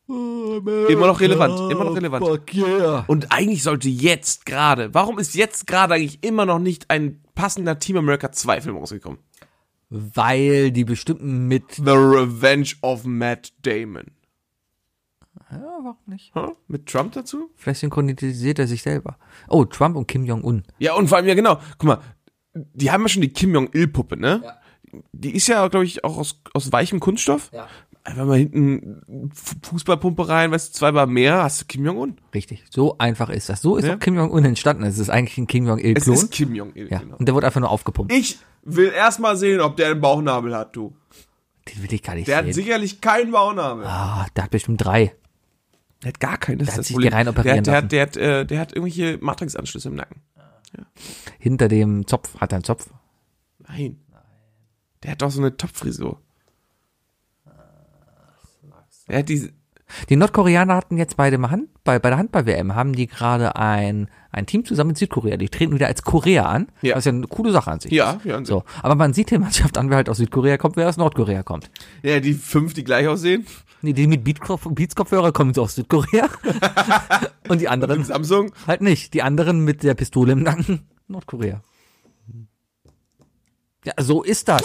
Speaker 2: Immer noch relevant, immer noch relevant.
Speaker 3: Fuck yeah.
Speaker 2: Und eigentlich sollte jetzt gerade, warum ist jetzt gerade eigentlich immer noch nicht ein passender Team America 2 Film rausgekommen?
Speaker 3: Weil die bestimmten mit...
Speaker 2: The Revenge of Matt Damon.
Speaker 3: Ja, warum nicht?
Speaker 2: Huh? Mit Trump dazu?
Speaker 3: Vielleicht synchronisiert er sich selber. Oh, Trump und Kim Jong-un.
Speaker 2: Ja, und vor allem, ja genau, guck mal, die haben ja schon die Kim Jong-Il-Puppe, ne? Die ist ja, glaube ich, auch aus, aus weichem Kunststoff.
Speaker 3: Ja.
Speaker 2: Einfach mal hinten F- Fußballpumpe rein, weißt du, zweimal mehr, hast du Kim Jong-un.
Speaker 3: Richtig, so einfach ist das. So ist
Speaker 2: Ja.
Speaker 3: auch Kim Jong-un entstanden. Es ist eigentlich ein Kim
Speaker 2: Es
Speaker 3: Jong-il-Klon.
Speaker 2: ist Kim Jong-Il,
Speaker 3: Ja,
Speaker 2: genau.
Speaker 3: und der wurde einfach nur aufgepumpt.
Speaker 2: Ich will erst mal sehen, ob der einen Bauchnabel hat, du.
Speaker 3: Den will ich gar nicht
Speaker 2: Der hat
Speaker 3: sehen.
Speaker 2: sicherlich keinen Bauchnabel.
Speaker 3: Ah, der hat bestimmt drei.
Speaker 2: Der hat gar keinen, das
Speaker 3: hat
Speaker 2: ist das
Speaker 3: sich
Speaker 2: Problem.
Speaker 3: die rein operieren
Speaker 2: der, hat, der, hat, der, hat, äh, der hat irgendwelche Matrix-Anschlüsse im Nacken.
Speaker 3: Hinter dem Zopf hat er einen Zopf.
Speaker 2: Nein. Der hat doch so eine Topfrisur. Ah, Er hat diese,
Speaker 3: Die Nordkoreaner hatten jetzt bei, dem Hand, bei, bei der Handball-WM, haben die gerade ein, ein Team zusammen mit Südkorea. Die treten wieder als Korea an,
Speaker 2: Ja.
Speaker 3: was ja eine coole Sache an sich
Speaker 2: Ja,
Speaker 3: ist.
Speaker 2: ja, an sich.
Speaker 3: so. Aber man sieht die Mannschaft an, wer halt aus Südkorea kommt, wer aus Nordkorea kommt.
Speaker 2: ja, die fünf, die gleich aussehen.
Speaker 3: Nee, die mit Beatkopf- Beats-Kopfhörer kommen so aus Südkorea und die anderen
Speaker 2: Samsung.
Speaker 3: halt nicht. Die anderen mit der Pistole im Nacken, Nordkorea. Ja, so ist das.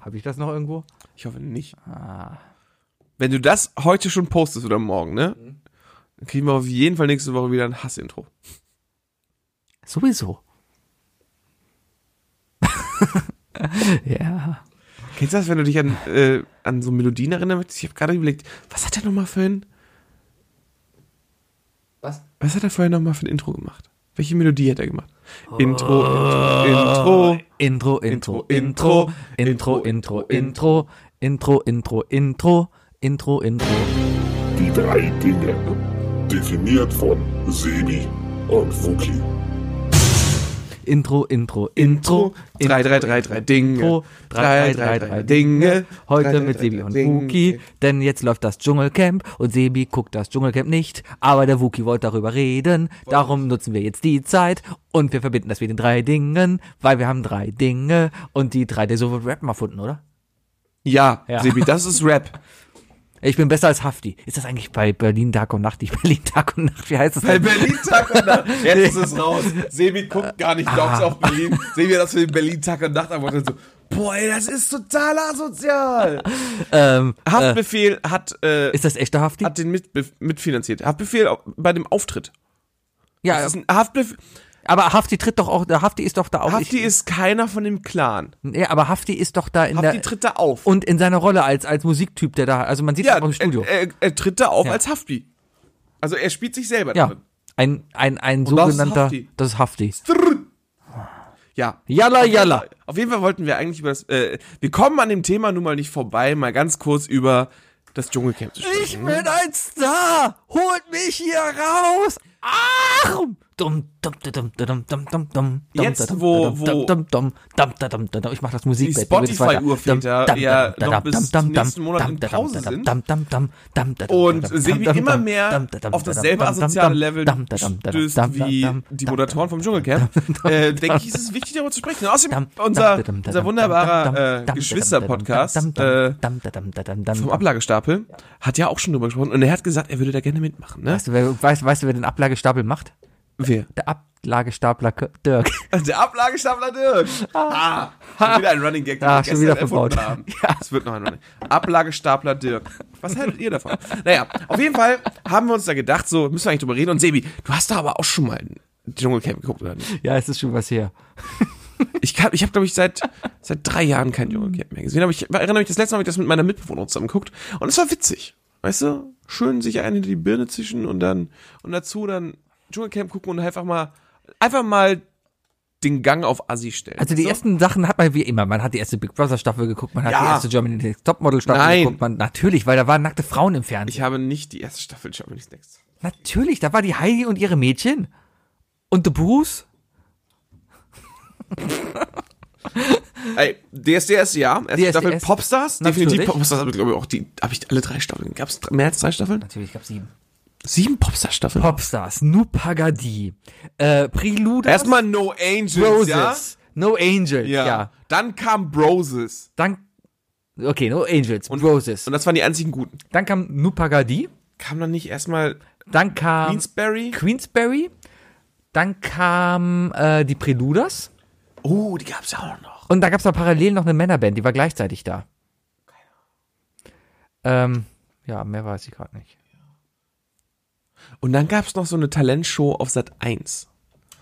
Speaker 3: Habe ich das noch irgendwo?
Speaker 2: Ich hoffe nicht. Wenn du das heute schon postest oder morgen, ne? Dann kriegen wir auf jeden Fall nächste Woche wieder ein Hassintro.
Speaker 3: Sowieso. ja.
Speaker 2: Kennst du das, wenn du dich an, äh, an so Melodien erinnern möchtest? Ich habe gerade überlegt, was hat er nochmal für ein,
Speaker 3: Was?
Speaker 2: was hat er vorher nochmal für ein Intro gemacht? Welche Melodie hat er gemacht? Intro, Intro, Intro.
Speaker 3: Intro, Intro, Intro, Intro, Intro, Intro, Intro, Intro, Intro, Intro, Intro.
Speaker 4: Die drei Dinge. Definiert von Sebi und Fuki.
Speaker 3: Intro, Intro, Intro.
Speaker 2: drei, drei, drei, drei Dinge.
Speaker 3: Intro, drei, drei, drei, drei Dinge. Heute mit Sebi und Wookie, denn jetzt läuft das Dschungelcamp und Sebi guckt das Dschungelcamp nicht, aber der Wookie wollte darüber reden. Darum nutzen wir jetzt die Zeit und wir verbinden das mit den drei Dingen, weil wir haben drei Dinge und die drei, der so wird Rap mal erfunden, oder?
Speaker 2: Ja,
Speaker 3: Ja.
Speaker 2: Sebi, das ist Rap.
Speaker 3: Ich bin besser als Hafti. Ist das eigentlich bei Berlin Tag und Nacht? Nicht Berlin Tag und Nacht, wie heißt das?
Speaker 2: Bei
Speaker 3: denn?
Speaker 2: Berlin Tag und Nacht. Jetzt ist es raus. Sebi guckt gar
Speaker 3: Ah.
Speaker 2: nicht Dogs auf Berlin. Sebi hat das für den Berlin Tag und Nacht einfach so. Boah, ey, das ist total asozial.
Speaker 3: Ähm,
Speaker 2: Haftbefehl hat, äh,
Speaker 3: ist das echter Hafti?
Speaker 2: hat den mit, mitfinanziert. Haftbefehl au- bei dem Auftritt.
Speaker 3: Ja,
Speaker 2: Das ist ein Haftbefehl.
Speaker 3: Aber Hafti tritt doch auch, der Hafti ist doch da auch.
Speaker 2: Hafti ist keiner von dem Clan.
Speaker 3: ich, ja, aber Hafti ist doch da in
Speaker 2: Hafti
Speaker 3: der
Speaker 2: tritt da auf.
Speaker 3: und in seiner Rolle als als Musiktyp, der da, also man sieht
Speaker 2: ja,
Speaker 3: ihn auch im Studio.
Speaker 2: Er, er, er tritt da auf
Speaker 3: Ja.
Speaker 2: als Hafti. Also er spielt sich selber
Speaker 3: ja,
Speaker 2: darin.
Speaker 3: ein ein ein
Speaker 2: das ist
Speaker 3: sogenannter,
Speaker 2: Hafti.
Speaker 3: das ist Hafti.
Speaker 2: Ja.
Speaker 3: Yalla yalla.
Speaker 2: Auf jeden Fall wollten wir eigentlich über das. Äh, wir kommen an dem Thema nun mal nicht vorbei, mal ganz kurz über das Dschungelcamp zu sprechen.
Speaker 3: Ich bin ein Star! Holt mich hier raus! Ach! Dum, dum, dum, dum, dum, dum, dum, dum,
Speaker 2: Jetzt,
Speaker 3: dum,
Speaker 2: wo-
Speaker 3: dum,
Speaker 2: wo-
Speaker 3: dum, dum, dum, dum, dum, dum, dum, dum. Ich mach das
Speaker 2: Die
Speaker 3: Musikbett. du redest weiter.
Speaker 2: Spotify-Urväter
Speaker 3: Dum, dum,
Speaker 2: ja
Speaker 3: dum,
Speaker 2: noch
Speaker 3: dum,
Speaker 2: bis
Speaker 3: dum,
Speaker 2: zum
Speaker 3: dum,
Speaker 2: nächsten Monat
Speaker 3: dum,
Speaker 2: in
Speaker 3: dum,
Speaker 2: Pause
Speaker 3: dum,
Speaker 2: sind.
Speaker 3: dum, dum, dum, dum, dum,
Speaker 2: Und
Speaker 3: dum, dum,
Speaker 2: Sebi
Speaker 3: dum,
Speaker 2: immer
Speaker 3: dum,
Speaker 2: mehr
Speaker 3: dum, dum, dum,
Speaker 2: auf
Speaker 3: dum,
Speaker 2: dasselbe
Speaker 3: dum, dum,
Speaker 2: asoziale
Speaker 3: dum,
Speaker 2: Level
Speaker 3: dum, dum, dum,
Speaker 2: stößt
Speaker 3: dum, dum,
Speaker 2: wie
Speaker 3: dum,
Speaker 2: die
Speaker 3: dum,
Speaker 2: Moderatoren vom Dschungelcamp, äh, denke ich, ist es wichtig, darüber zu sprechen. Und
Speaker 3: dum,
Speaker 2: Außerdem
Speaker 3: dum,
Speaker 2: unser,
Speaker 3: dum, dum, dum,
Speaker 2: unser
Speaker 3: dum,
Speaker 2: wunderbarer
Speaker 3: dum,
Speaker 2: äh,
Speaker 3: dum, dum,
Speaker 2: Geschwister-Podcast
Speaker 3: dum,
Speaker 2: äh,
Speaker 3: dum, dum, dum, dum, dum,
Speaker 2: vom
Speaker 3: dum.
Speaker 2: Ablagestapel hat ja auch schon drüber gesprochen und er hat gesagt, er würde da gerne mitmachen. Ne?
Speaker 3: Weißt du, wer, weißt, weißt du, wer den Ablagestapel macht?
Speaker 2: Wer?
Speaker 3: Der Ablagestapler K- Dirk.
Speaker 2: Der Ablagestapler Dirk. Ah, schon wieder ein Running Gag, den
Speaker 3: Ah,
Speaker 2: wir
Speaker 3: schon
Speaker 2: gestern
Speaker 3: wieder
Speaker 2: erfunden
Speaker 3: verbaut.
Speaker 2: haben. Es wird noch ein Running Ablagestapler Dirk. Was haltet ihr davon? Naja, auf jeden Fall haben wir uns da gedacht, so müssen wir eigentlich drüber reden. Und Sebi, du hast da aber auch schon mal ein Dschungelcamp geguckt, oder nicht?
Speaker 3: Ja, es ist schon was her.
Speaker 2: Ich, kann- ich habe, glaube ich, seit, seit drei Jahren kein Dschungelcamp mehr gesehen. Aber ich erinnere mich, das letzte Mal habe ich das mit meiner Mitbewohnerin zusammen geguckt. Und es war witzig. Weißt du, schön sich einen hinter die Birne zischen und dann und dazu dann Dschungelcamp gucken und einfach mal einfach mal den Gang auf Assi stellen.
Speaker 3: Also die
Speaker 2: so?
Speaker 3: ersten Sachen hat man wie immer. Man hat die erste Big Brother Staffel geguckt, man hat
Speaker 2: Ja.
Speaker 3: die erste Germany Next Topmodel Staffel
Speaker 2: Nein.
Speaker 3: geguckt. Man, natürlich, weil da waren nackte Frauen im Fernsehen.
Speaker 2: Ich habe nicht die erste Staffel Germany's Next.
Speaker 3: natürlich, da war die Heidi und ihre Mädchen. Und The Bruce.
Speaker 2: Ey, DSDS, ja. Erste
Speaker 3: DSDS.
Speaker 2: Staffel Popstars. Definitiv
Speaker 3: Natürlich.
Speaker 2: Popstars habe ich, glaube ich, auch die. Habe ich alle drei Staffeln. Gab es mehr als drei Staffeln?
Speaker 3: Natürlich gab es sieben.
Speaker 2: Sieben Popstar-Staffeln.
Speaker 3: Popstars, Nupagadi, äh, Prelude,
Speaker 2: Erstmal No Angels, ja.
Speaker 3: Roses, No Angels, ja.
Speaker 2: Dann kam Broses.
Speaker 3: Dann, okay, No Angels, Roses.
Speaker 2: Und das waren die einzigen guten.
Speaker 3: dann kam Nupagadi,
Speaker 2: Kam dann nicht erstmal
Speaker 3: dann kam
Speaker 2: Queensberry?
Speaker 3: Queensberry, dann kam äh, die Preluders.
Speaker 2: Oh, die gab's ja auch noch.
Speaker 3: Und da gab es da parallel noch eine Männerband, die war gleichzeitig da. Ähm, ja, mehr weiß ich gerade nicht.
Speaker 2: Und dann gab's noch so eine Talentshow auf Sat 1.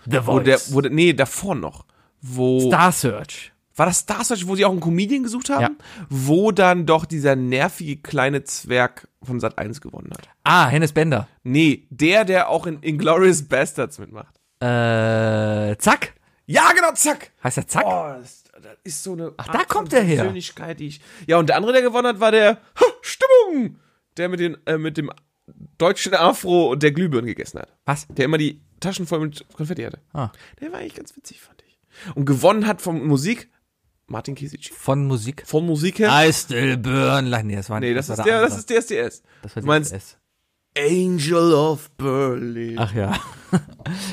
Speaker 3: The
Speaker 2: Wo der, wo der, nee, davor noch. Wo
Speaker 3: Star Search.
Speaker 2: war das Star Search, wo sie auch einen Comedian gesucht haben? Wo dann doch dieser nervige kleine Zwerg von Sat 1 gewonnen hat.
Speaker 3: Ah, Hennes Bender.
Speaker 2: Nee, der, der auch in Inglorious Bastards mitmacht.
Speaker 3: Äh, Zack.
Speaker 2: Ja, genau, zack.
Speaker 3: Heißt er Zack?
Speaker 2: Oh, das, das ist so eine Ach,
Speaker 3: da kommt der her.
Speaker 2: Persönlichkeit, die ich. Ja, und der andere, der gewonnen hat, war der ha, Stimmung, der mit, den, äh, mit dem deutschen Afro und der Glühbirne gegessen hat.
Speaker 3: Was?
Speaker 2: Der immer die Taschen voll mit Konfetti hatte.
Speaker 3: Ah.
Speaker 2: Der war eigentlich ganz witzig, fand ich. Und gewonnen hat von Musik Martin Kesic.
Speaker 3: Von Musik.
Speaker 2: Von Musik her.
Speaker 3: I still burn. like- Nee, das war
Speaker 2: nee, das,
Speaker 3: war
Speaker 2: ist der, das
Speaker 3: andere.
Speaker 2: ist DSDS.
Speaker 3: Das war
Speaker 2: du meinst
Speaker 3: DSDS.
Speaker 2: Angel of Berlin.
Speaker 3: Ach ja.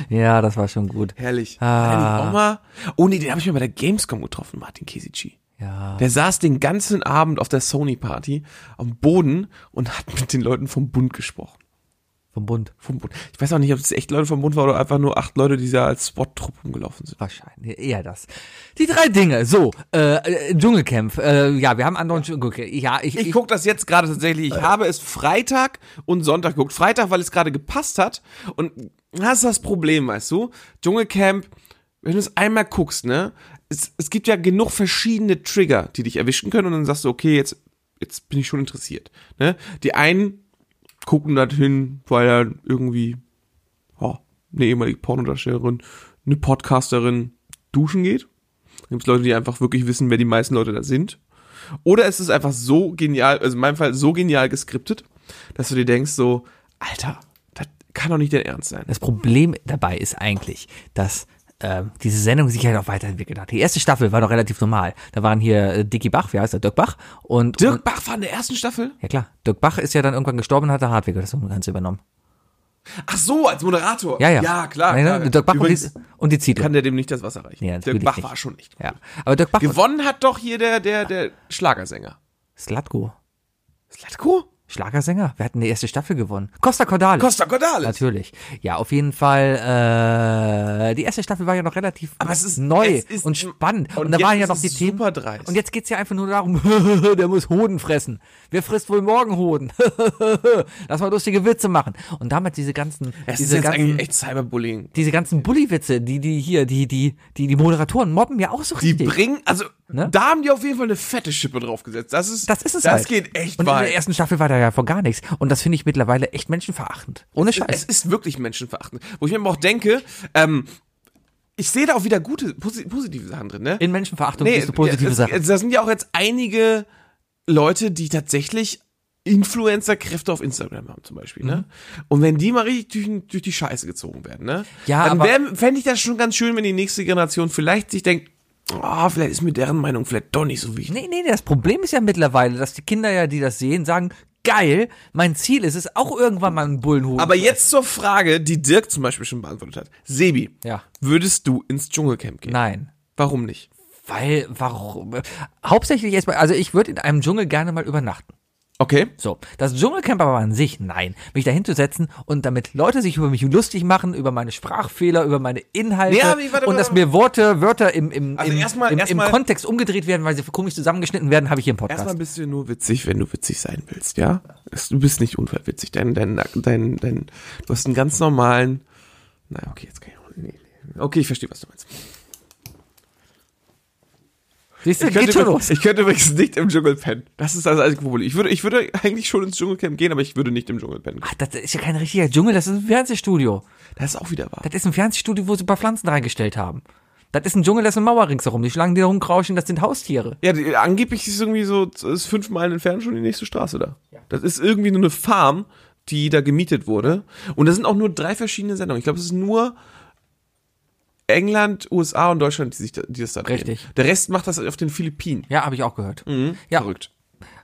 Speaker 3: ja, das war schon gut.
Speaker 2: Herrlich.
Speaker 3: Ah.
Speaker 2: Hat er nicht auch mal- Oh nee, den habe ich mal bei der Gamescom getroffen, Martin Kesici.
Speaker 3: Ja.
Speaker 2: Der saß den ganzen Abend auf der Sony-Party am Boden und hat mit den Leuten vom Bund gesprochen.
Speaker 3: Vom Bund.
Speaker 2: Vom Bund. Ich weiß auch nicht, ob es echt Leute vom Bund waren oder einfach nur acht Leute, die da als Spot-Truppe rumgelaufen sind.
Speaker 3: Wahrscheinlich, eher das. Die drei Dinge. So, äh, äh, Dschungelcamp. Äh, ja, wir haben anderen Dschungelcamp. Ja, ich, Äh.
Speaker 2: Ich gucke das jetzt gerade tatsächlich. Ich habe es Freitag und Sonntag geguckt. Freitag, weil es gerade gepasst hat. Und das ist das Problem, weißt du? Dschungelcamp, wenn du es einmal guckst, ne? Es, es gibt ja genug verschiedene Trigger, die dich erwischen können. Und dann sagst du, okay, jetzt, jetzt bin ich schon interessiert. Ne? Die einen gucken dorthin, weil er irgendwie ja, eine ehemalige Pornodarstellerin, eine Podcasterin duschen geht. Da gibt es Leute, die einfach wirklich wissen, wer die meisten Leute da sind. Oder es ist einfach so genial, also in meinem Fall so genial geskriptet, dass du dir denkst so, Alter, das kann doch nicht dein Ernst sein.
Speaker 3: Das Problem dabei ist eigentlich, dass ähm, diese Sendung sich halt auch weiterentwickelt hat. Die erste Staffel war doch relativ normal. Da waren hier äh, Dicky Bach, wie heißt er? Dirk Bach. Und,
Speaker 2: Dirk
Speaker 3: und
Speaker 2: Bach war in der ersten Staffel?
Speaker 3: ja klar, Dirk Bach ist ja dann irgendwann gestorben und hat der Hartwig das Ganze übernommen.
Speaker 2: Ach so, als Moderator.
Speaker 3: Ja, ja.
Speaker 2: Ja, klar.
Speaker 3: Nein, nein,
Speaker 2: klar.
Speaker 3: Dirk Bach
Speaker 2: Übrigens
Speaker 3: und die, und die Ziedler.
Speaker 2: kann der dem nicht das Wasser reichen.
Speaker 3: Ja,
Speaker 2: Dirk
Speaker 3: natürlich
Speaker 2: Bach
Speaker 3: nicht.
Speaker 2: war schon nicht.
Speaker 3: Ja. Aber Dirk Bach und
Speaker 2: Gewonnen hat doch hier der, der, der Schlagersänger.
Speaker 3: Slatko.
Speaker 2: Slatko?
Speaker 3: Schlagersänger? Wir hatten die erste Staffel gewonnen. Costa Cordalis.
Speaker 2: Costa Cordalis.
Speaker 3: Natürlich. Ja, auf jeden Fall. Äh, die erste Staffel war ja noch relativ
Speaker 2: Aber es ist-
Speaker 3: neu
Speaker 2: es ist-
Speaker 3: und spannend.
Speaker 2: und
Speaker 3: Und, da waren ja
Speaker 2: jetzt
Speaker 3: noch
Speaker 2: ist
Speaker 3: die
Speaker 2: es
Speaker 3: Themen.
Speaker 2: super dreist.
Speaker 3: Und jetzt geht's ja einfach nur darum, der muss Hoden fressen. Wer frisst wohl morgen Hoden? Lass mal lustige Witze machen. Und damit diese ganzen,
Speaker 2: Es ist
Speaker 3: diese
Speaker 2: jetzt
Speaker 3: ganzen,
Speaker 2: eigentlich echt Cyberbullying.
Speaker 3: diese ganzen Bulli-Witze, die die hier, die die die die Moderatoren mobben ja auch so
Speaker 2: Die
Speaker 3: richtig.
Speaker 2: bringen, also
Speaker 3: Ne?
Speaker 2: da haben die auf jeden Fall eine fette Schippe draufgesetzt. Das ist,
Speaker 3: Das ist es
Speaker 2: Das
Speaker 3: halt.
Speaker 2: geht echt
Speaker 3: Und in
Speaker 2: weit.
Speaker 3: der ersten Staffel war da ja von gar nichts. Und das finde ich mittlerweile echt menschenverachtend. Ohne Scheiß.
Speaker 2: Es ist wirklich menschenverachtend. Wo ich mir aber auch denke, ähm, ich sehe da auch wieder gute, posi positive Sachen drin, ne?
Speaker 3: In Menschenverachtung siehst du positive
Speaker 2: es,
Speaker 3: Sachen.
Speaker 2: es- Da sind ja auch jetzt einige Leute, die tatsächlich Influencer-Kräfte auf Instagram haben zum Beispiel, ne?
Speaker 3: Mhm.
Speaker 2: Und wenn die mal richtig durch, durch die Scheiße gezogen werden, ne?
Speaker 3: Ja,
Speaker 2: dann
Speaker 3: aber-
Speaker 2: wär- fände ich das schon ganz schön, wenn die nächste Generation vielleicht sich denkt, ah, vielleicht ist mir deren Meinung vielleicht doch nicht so wichtig.
Speaker 3: Nee, nee, das Problem ist ja mittlerweile, dass die Kinder ja, die das sehen, sagen, geil, mein Ziel ist es, auch irgendwann mal einen Bullen holen.
Speaker 2: Aber jetzt zur Frage, die Dirk zum Beispiel schon beantwortet hat. Sebi,
Speaker 3: Ja.
Speaker 2: würdest du ins Dschungelcamp gehen?
Speaker 3: Nein.
Speaker 2: Warum nicht?
Speaker 3: Weil, warum? Hauptsächlich erstmal, also ich würde in einem Dschungel gerne mal übernachten.
Speaker 2: Okay.
Speaker 3: So, das Dschungelcamp aber an sich, nein. Mich dahin zu setzen und damit Leute sich über mich lustig machen, über meine Sprachfehler, über meine Inhalte
Speaker 2: Nee, aber ich- warte,
Speaker 3: und
Speaker 2: warte,
Speaker 3: dass
Speaker 2: warte.
Speaker 3: mir Worte, Wörter im, im,
Speaker 2: Also
Speaker 3: im,
Speaker 2: erstmal-
Speaker 3: im,
Speaker 2: erstmal-
Speaker 3: im Kontext umgedreht werden, weil sie komisch zusammengeschnitten werden, habe ich hier im Podcast.
Speaker 2: Erstmal bist du nur witzig, wenn du witzig sein willst, ja? Es- Du bist nicht unverwitzig. Dein, dein, dein, dein, du hast einen ganz normalen. Naja, okay, jetzt kann ich auch. Nee, nee. Okay, ich verstehe, was du meinst.
Speaker 3: Siehst du,
Speaker 2: Ich könnte,
Speaker 3: geht schon
Speaker 2: übrigens-
Speaker 3: los.
Speaker 2: ich könnte übrigens nicht im Dschungel pennen. Das ist das einzige Problem. Ich würde, ich würde eigentlich schon ins Dschungelcamp gehen, aber ich würde nicht im Dschungel pennen.
Speaker 3: Ach, das ist ja kein richtiger Dschungel, das ist ein Fernsehstudio.
Speaker 2: Das ist auch wieder wahr.
Speaker 3: Das ist ein Fernsehstudio, wo sie ein paar Pflanzen reingestellt haben. Das ist ein Dschungel, da ist eine Mauer ringsherum. Die Schlangen, die da rumkrauschen, das sind Haustiere.
Speaker 2: Ja, die, angeblich ist irgendwie so ist fünf Meilen entfernt schon die nächste Straße da. Das ist irgendwie nur eine Farm, die da gemietet wurde. Und das sind auch nur drei verschiedene Sendungen. Ich glaube, es ist nur England, USA und Deutschland, die sich da, die das da drehen.
Speaker 3: Richtig.
Speaker 2: Der Rest macht das auf den Philippinen.
Speaker 3: Ja, habe ich auch gehört. Ja,
Speaker 2: Mhm, Verrückt.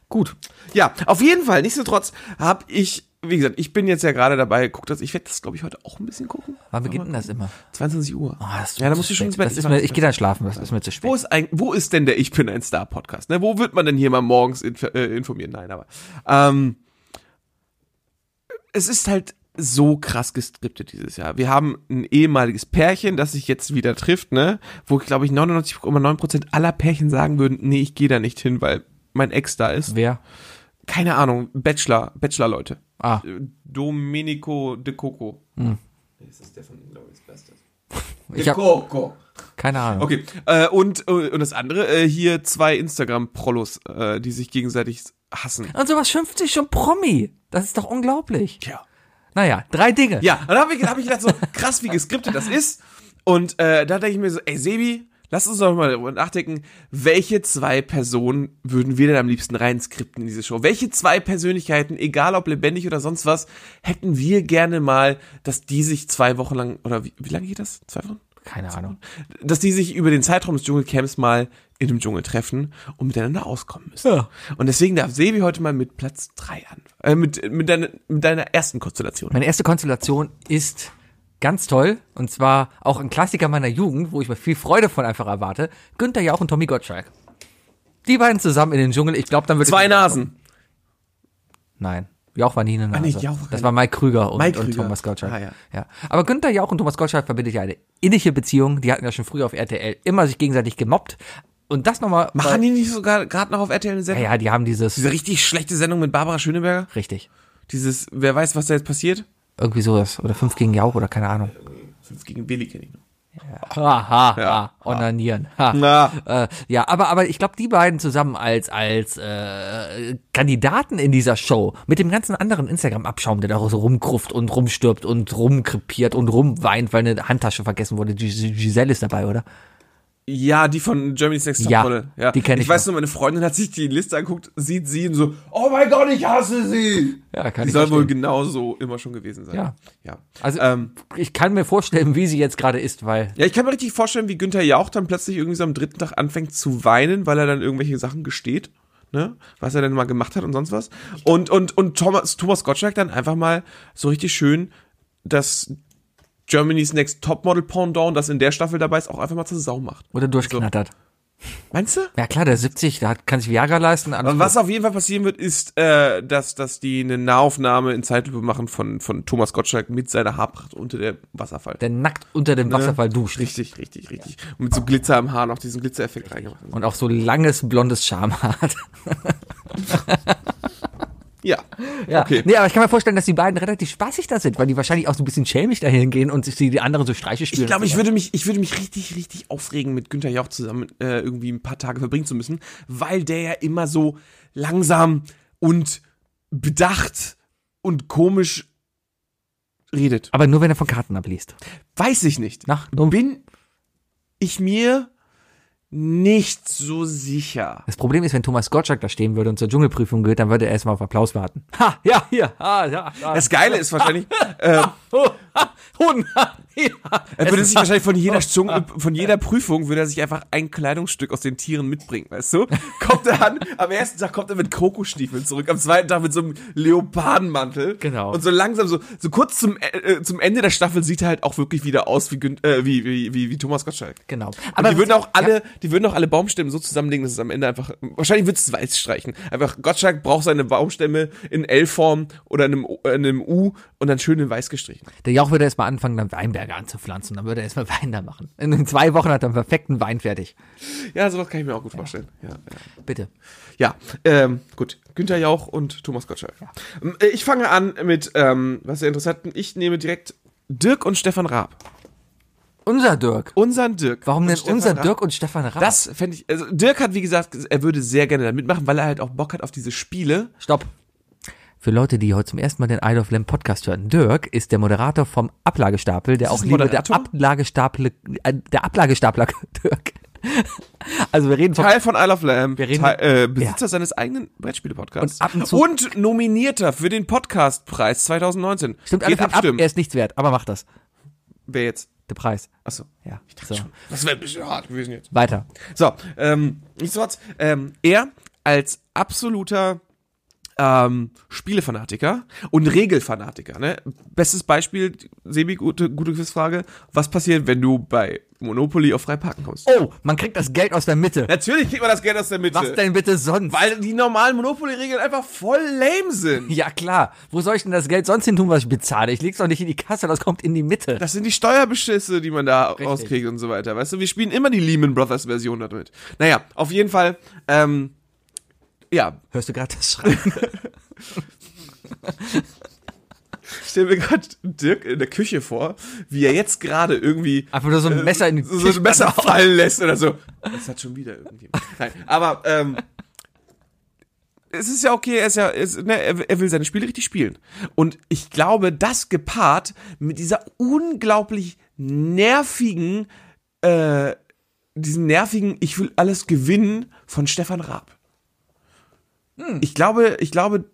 Speaker 3: gut.
Speaker 2: Ja, auf jeden Fall. Nichtsdestotrotz habe ich, wie gesagt, ich bin jetzt ja gerade dabei, guck das. Ich werde das, glaube ich, heute auch ein bisschen gucken.
Speaker 3: Wann beginnt denn das immer?
Speaker 2: 22 Uhr.
Speaker 3: Ah, das ist
Speaker 2: ja,
Speaker 3: mir
Speaker 2: da
Speaker 3: zu
Speaker 2: musst du
Speaker 3: spät.
Speaker 2: schon ins Bett. Oh.
Speaker 3: Das ist mir, ich gehe dann schlafen, das ist mir zu
Speaker 2: Wo
Speaker 3: spät.
Speaker 2: ist, ein, wo ist denn der Ich bin ein Star Podcast? Ne? Wo wird man denn hier mal morgens inf äh, informieren? Nein, aber ähm, es ist halt so krass geskriptet dieses Jahr. Wir haben ein ehemaliges Pärchen, das sich jetzt wieder trifft, ne? wo, glaube ich, 99,9% aller Pärchen sagen würden, nee, ich gehe da nicht hin, weil mein Ex da ist.
Speaker 3: Wer?
Speaker 2: Keine Ahnung, Bachelor, Bachelor-Leute.
Speaker 3: Ah,
Speaker 2: Äh, Domenico de Coco. Ist das der von, glaube ich, das Beste?
Speaker 3: Hm. ich habe
Speaker 2: Coco.
Speaker 3: keine Ahnung.
Speaker 2: Okay, äh, und, und das andere, äh, hier zwei Instagram-Prolos, äh, die sich gegenseitig hassen.
Speaker 3: Und sowas schimpft sich schon Promi. Das ist doch unglaublich.
Speaker 2: Ja.
Speaker 3: Naja, drei Dinge.
Speaker 2: Ja, und dann habe ich, hab ich gedacht, so krass, wie geskriptet das ist. Und äh, da denke ich mir so, ey Sebi, lass uns doch mal darüber nachdenken, welche zwei Personen würden wir denn am liebsten reinskripten in diese Show? Welche zwei Persönlichkeiten, egal ob lebendig oder sonst was, hätten wir gerne mal, dass die sich zwei Wochen lang, oder wie, wie lange geht das? Zwei Wochen?
Speaker 3: Keine Ahnung.
Speaker 2: dass die sich über den Zeitraum des Dschungelcamps mal in dem Dschungel treffen und miteinander auskommen müssen.
Speaker 3: Ja.
Speaker 2: Und deswegen darf Sebi heute mal mit Platz 3 an. Äh, mit, mit, deiner, mit deiner ersten Konstellation.
Speaker 3: Meine erste Konstellation ist ganz toll. Und zwar auch ein Klassiker meiner Jugend, wo ich mir viel Freude von einfach erwarte. Günther Jauch und Tommy Gottschalk. Die beiden zusammen in den Dschungel. Ich glaube, dann wird
Speaker 2: Zwei Nasen.
Speaker 3: Nein. Jauch war nie eine Nase.
Speaker 2: Ah, nee, Jauch war
Speaker 3: das
Speaker 2: keine-
Speaker 3: war Mike Krüger und,
Speaker 2: Mike
Speaker 3: und
Speaker 2: Krüger.
Speaker 3: Thomas Gottschalk.
Speaker 2: Ah, ja.
Speaker 3: Aber Günther Jauch und Thomas Gottschalk verbindet ja eine innige Beziehung. Die hatten ja schon früher auf RTL immer sich gegenseitig gemobbt. Und das nochmal.
Speaker 2: Machen die nicht sogar gerade noch auf RTL eine
Speaker 3: ja,
Speaker 2: Sendung?
Speaker 3: ja, die haben dieses.
Speaker 2: Diese richtig schlechte Sendung mit Barbara Schöneberger?
Speaker 3: richtig.
Speaker 2: Dieses, wer weiß, was da jetzt passiert?
Speaker 3: Irgendwie sowas. Oder fünf gegen Jauch oder keine Ahnung.
Speaker 2: Fünf gegen Willi kenne ich noch.
Speaker 3: Ha, ha, ha. Onanieren. Ha.
Speaker 2: Na.
Speaker 3: Äh, ja, aber, aber ich glaube, die beiden zusammen als, als äh, Kandidaten in dieser Show mit dem ganzen anderen Instagram-Abschaum, der da so rumkrufft und rumstirbt und rumkrepiert und rumweint, weil eine Handtasche vergessen wurde. Gis- Giselle ist dabei, oder?
Speaker 2: Ja, die von Germany's Next Top
Speaker 3: Ja,
Speaker 2: Model. Ja,
Speaker 3: die kenn ich
Speaker 2: weiß nur, meine Freundin hat sich die Liste anguckt, sieht sie und so, oh mein Gott, ich hasse sie.
Speaker 3: Ja, kann
Speaker 2: die
Speaker 3: ich
Speaker 2: soll wohl
Speaker 3: verstehen.
Speaker 2: genauso immer schon gewesen sein.
Speaker 3: Ja.
Speaker 2: ja.
Speaker 3: Also
Speaker 2: Ähm,
Speaker 3: ich kann mir vorstellen, wie sie jetzt gerade ist, weil
Speaker 2: Ja, ich kann mir richtig vorstellen, wie Günther Jauch dann plötzlich irgendwie so am dritten Tag anfängt zu weinen, weil er dann irgendwelche Sachen gesteht, ne? Was er denn mal gemacht hat und sonst was. Und, und, und Thomas, Thomas Gottschalk dann einfach mal so richtig schön das Germany's Next Topmodel Pendant, das in der Staffel dabei ist, auch einfach mal zur Sau macht.
Speaker 3: oder durchknattert.
Speaker 2: Meinst du?
Speaker 3: Ja klar, der ist 70, der hat, kann sich Viagra leisten. alles
Speaker 2: Und
Speaker 3: gut.
Speaker 2: was auf jeden Fall passieren wird, ist, äh, dass, dass die eine Nahaufnahme in Zeitlupe machen von, von Thomas Gottschalk mit seiner Haarpracht unter dem Wasserfall.
Speaker 3: Der nackt unter dem Wasserfall duscht.
Speaker 2: Richtig, richtig, richtig. Und mit so Glitzer am Haar noch diesen Glitzereffekt reingemacht.
Speaker 3: Und auch so langes, blondes Schamhaar hat.
Speaker 2: Ja.
Speaker 3: Ja.
Speaker 2: Okay.
Speaker 3: Nee, aber ich kann mir vorstellen, dass die beiden relativ spaßig da sind, weil die wahrscheinlich auch so ein bisschen schelmig dahin gehen und sich die die anderen so Streiche spielen.
Speaker 2: Ich glaube, ich würde mich, ich würde mich richtig, richtig aufregen, mit Günther Jauch zusammen äh, irgendwie ein paar Tage verbringen zu müssen, weil der ja immer so langsam und bedacht und komisch redet.
Speaker 3: Aber nur wenn er von Karten abliest.
Speaker 2: Weiß ich nicht.
Speaker 3: Nach,
Speaker 2: Bin ich mir nicht so sicher.
Speaker 3: das Problem ist, wenn Thomas Gottschalk da stehen würde und zur Dschungelprüfung geht, dann würde er erstmal auf Applaus warten. Ha, ja, hier, ha, ja, ha,
Speaker 2: Das Geile ist wahrscheinlich, äh,
Speaker 3: ho, ha, hun, ha, ja.
Speaker 2: er würde sich wahrscheinlich von jeder Zunge, von jeder Prüfung würde er sich einfach ein Kleidungsstück aus den Tieren mitbringen, weißt du? Kommt er an, am ersten Tag kommt er mit Kokostiefeln zurück, am zweiten Tag mit so einem Leopardenmantel.
Speaker 3: Genau.
Speaker 2: Und so langsam, so, so kurz zum, äh, zum Ende der Staffel sieht er halt auch wirklich wieder aus wie, Gün- äh, wie, wie, wie, wie Thomas Gottschalk.
Speaker 3: Genau.
Speaker 2: Aber die würden auch
Speaker 3: Ja.
Speaker 2: alle, die würden auch alle Baumstämme so zusammenlegen, dass es am Ende einfach, wahrscheinlich wird es weiß streichen. Einfach, Gottschalk braucht seine Baumstämme in L-Form oder in einem, O- äh, in einem U und dann schön in weiß gestrichen.
Speaker 3: Der Jauch würde erstmal anfangen, dann Weinberge anzupflanzen. Dann würde er erstmal Wein da machen. In zwei Wochen hat er einen perfekten Wein fertig.
Speaker 2: Ja, sowas kann ich mir auch gut vorstellen. Ja, ja.
Speaker 3: Bitte.
Speaker 2: ja ähm, gut. Günther Jauch und Thomas Gottschalk. Ähm, äh, Ich fange an mit, ähm, was sehr interessant, ich nehme direkt Dirk und Stefan Raab.
Speaker 3: Unser Dirk.
Speaker 2: Unseren Dirk.
Speaker 3: Warum
Speaker 2: und
Speaker 3: denn
Speaker 2: Stefan
Speaker 3: unser
Speaker 2: Raab.
Speaker 3: Dirk und Stefan Raab?
Speaker 2: Das fände ich, also Dirk hat, wie gesagt, er würde sehr gerne da mitmachen, weil er halt auch Bock hat auf diese Spiele.
Speaker 3: Stopp. Für Leute, die heute zum ersten Mal den Isle of Lamb Podcast hören, Dirk ist der Moderator vom Ablagestapel, der auch
Speaker 2: ein
Speaker 3: lieber der
Speaker 2: Moderator?
Speaker 3: Ablagestapel, äh, der Ablagestapler Dirk. Also wir reden vom
Speaker 2: Teil von Isle of Lamb,
Speaker 3: Wir reden-
Speaker 2: Teil, äh, Besitzer seines eigenen Brettspiele-Podcasts.
Speaker 3: Und ab und zu-
Speaker 2: und nominierter für den Podcastpreis 2019.
Speaker 3: Stimmt
Speaker 2: Geht
Speaker 3: alles ab,
Speaker 2: abstimmen.
Speaker 3: er ist nichts wert, aber mach das.
Speaker 2: Wer jetzt?
Speaker 3: Der Preis.
Speaker 2: Achso.
Speaker 3: Ja. So.
Speaker 2: Das wäre ein bisschen hart gewesen jetzt.
Speaker 3: Weiter.
Speaker 2: So, ähm, nichtsdestotrotz, ähm, er als absoluter ähm, Spielefanatiker und Regelfanatiker, ne? Bestes Beispiel, Sebi, gute, gute Quizfrage. Was passiert, wenn du bei Monopoly auf frei parken kommst?
Speaker 3: Oh, man kriegt das Geld aus der Mitte.
Speaker 2: Natürlich kriegt man das Geld aus der Mitte.
Speaker 3: Was denn bitte sonst?
Speaker 2: Weil die normalen Monopoly-Regeln einfach voll lame sind.
Speaker 3: Ja klar, wo soll ich denn das Geld sonst hin tun, was ich bezahle? Ich leg's doch nicht in die Kasse, das kommt in die Mitte.
Speaker 2: Das sind die Steuerbeschisse, die man da rauskriegt und so weiter. Weißt du, wir spielen immer die Lehman Brothers Version damit. Naja, auf jeden Fall, ähm, ja,
Speaker 3: Hörst du gerade das Schreien?
Speaker 2: ich stell mir gerade Dirk in der Küche vor, wie er jetzt gerade irgendwie
Speaker 3: Einfach nur so ein
Speaker 2: äh,
Speaker 3: Messer in die
Speaker 2: so ein Messer fallen lässt oder so. Das hat schon wieder irgendjemand. Nein, aber ähm, es ist ja okay, er ist ja, es- ne, er, er will seine Spiele richtig spielen. Und ich glaube, das gepaart mit dieser unglaublich nervigen, äh, diesen nervigen, ich will alles gewinnen von Stefan Raab.
Speaker 3: Hm.
Speaker 2: Ich glaube, ich glaube,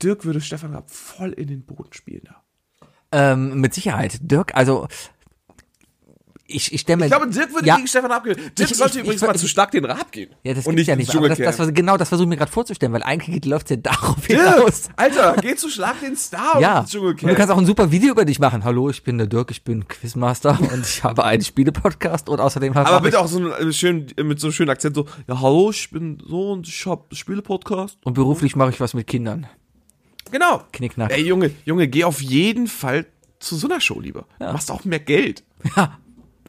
Speaker 2: Dirk würde Stefan Raab voll in den Boden spielen. da.
Speaker 3: Ähm, mit Sicherheit. Dirk, also ich, ich stelle mir.
Speaker 2: Ich glaube, Dirk würde
Speaker 3: Also, ja,
Speaker 2: gegen Stefan Raab gehen. Dirk
Speaker 3: Ich-
Speaker 2: sollte
Speaker 3: ich- ich-
Speaker 2: übrigens
Speaker 3: ich-
Speaker 2: mal zu stark den Raab gehen.
Speaker 3: Ja, das
Speaker 2: und
Speaker 3: gibt's ja
Speaker 2: ins
Speaker 3: nicht. Aber das,
Speaker 2: Dschungelcamp.
Speaker 3: das, war- genau, das versuche ich mir gerade vorzustellen, weil eigentlich läuft's ja darauf hinaus.
Speaker 2: Dirk, Alter, geh zu Schlag den Star
Speaker 3: Ja,
Speaker 2: und ins
Speaker 3: und du kannst
Speaker 2: Dschungelcamp.
Speaker 3: auch ein super Video über dich machen. Hallo, ich bin der Dirk, ich bin Quizmaster und ich habe einen Spiele-Podcast und außerdem habe
Speaker 2: Aber
Speaker 3: ich
Speaker 2: bitte auch so einen, äh, schönen, äh, mit so einem schönen Akzent so, ja hallo, ich bin so und ich hab Spiele-Podcast.
Speaker 3: und beruflich mache ich was mit Kindern.
Speaker 2: Genau.
Speaker 3: Knickknack.
Speaker 2: Ey Junge, Junge, geh auf jeden Fall zu so einer Show lieber. Machst auch mehr Geld.
Speaker 3: Ja,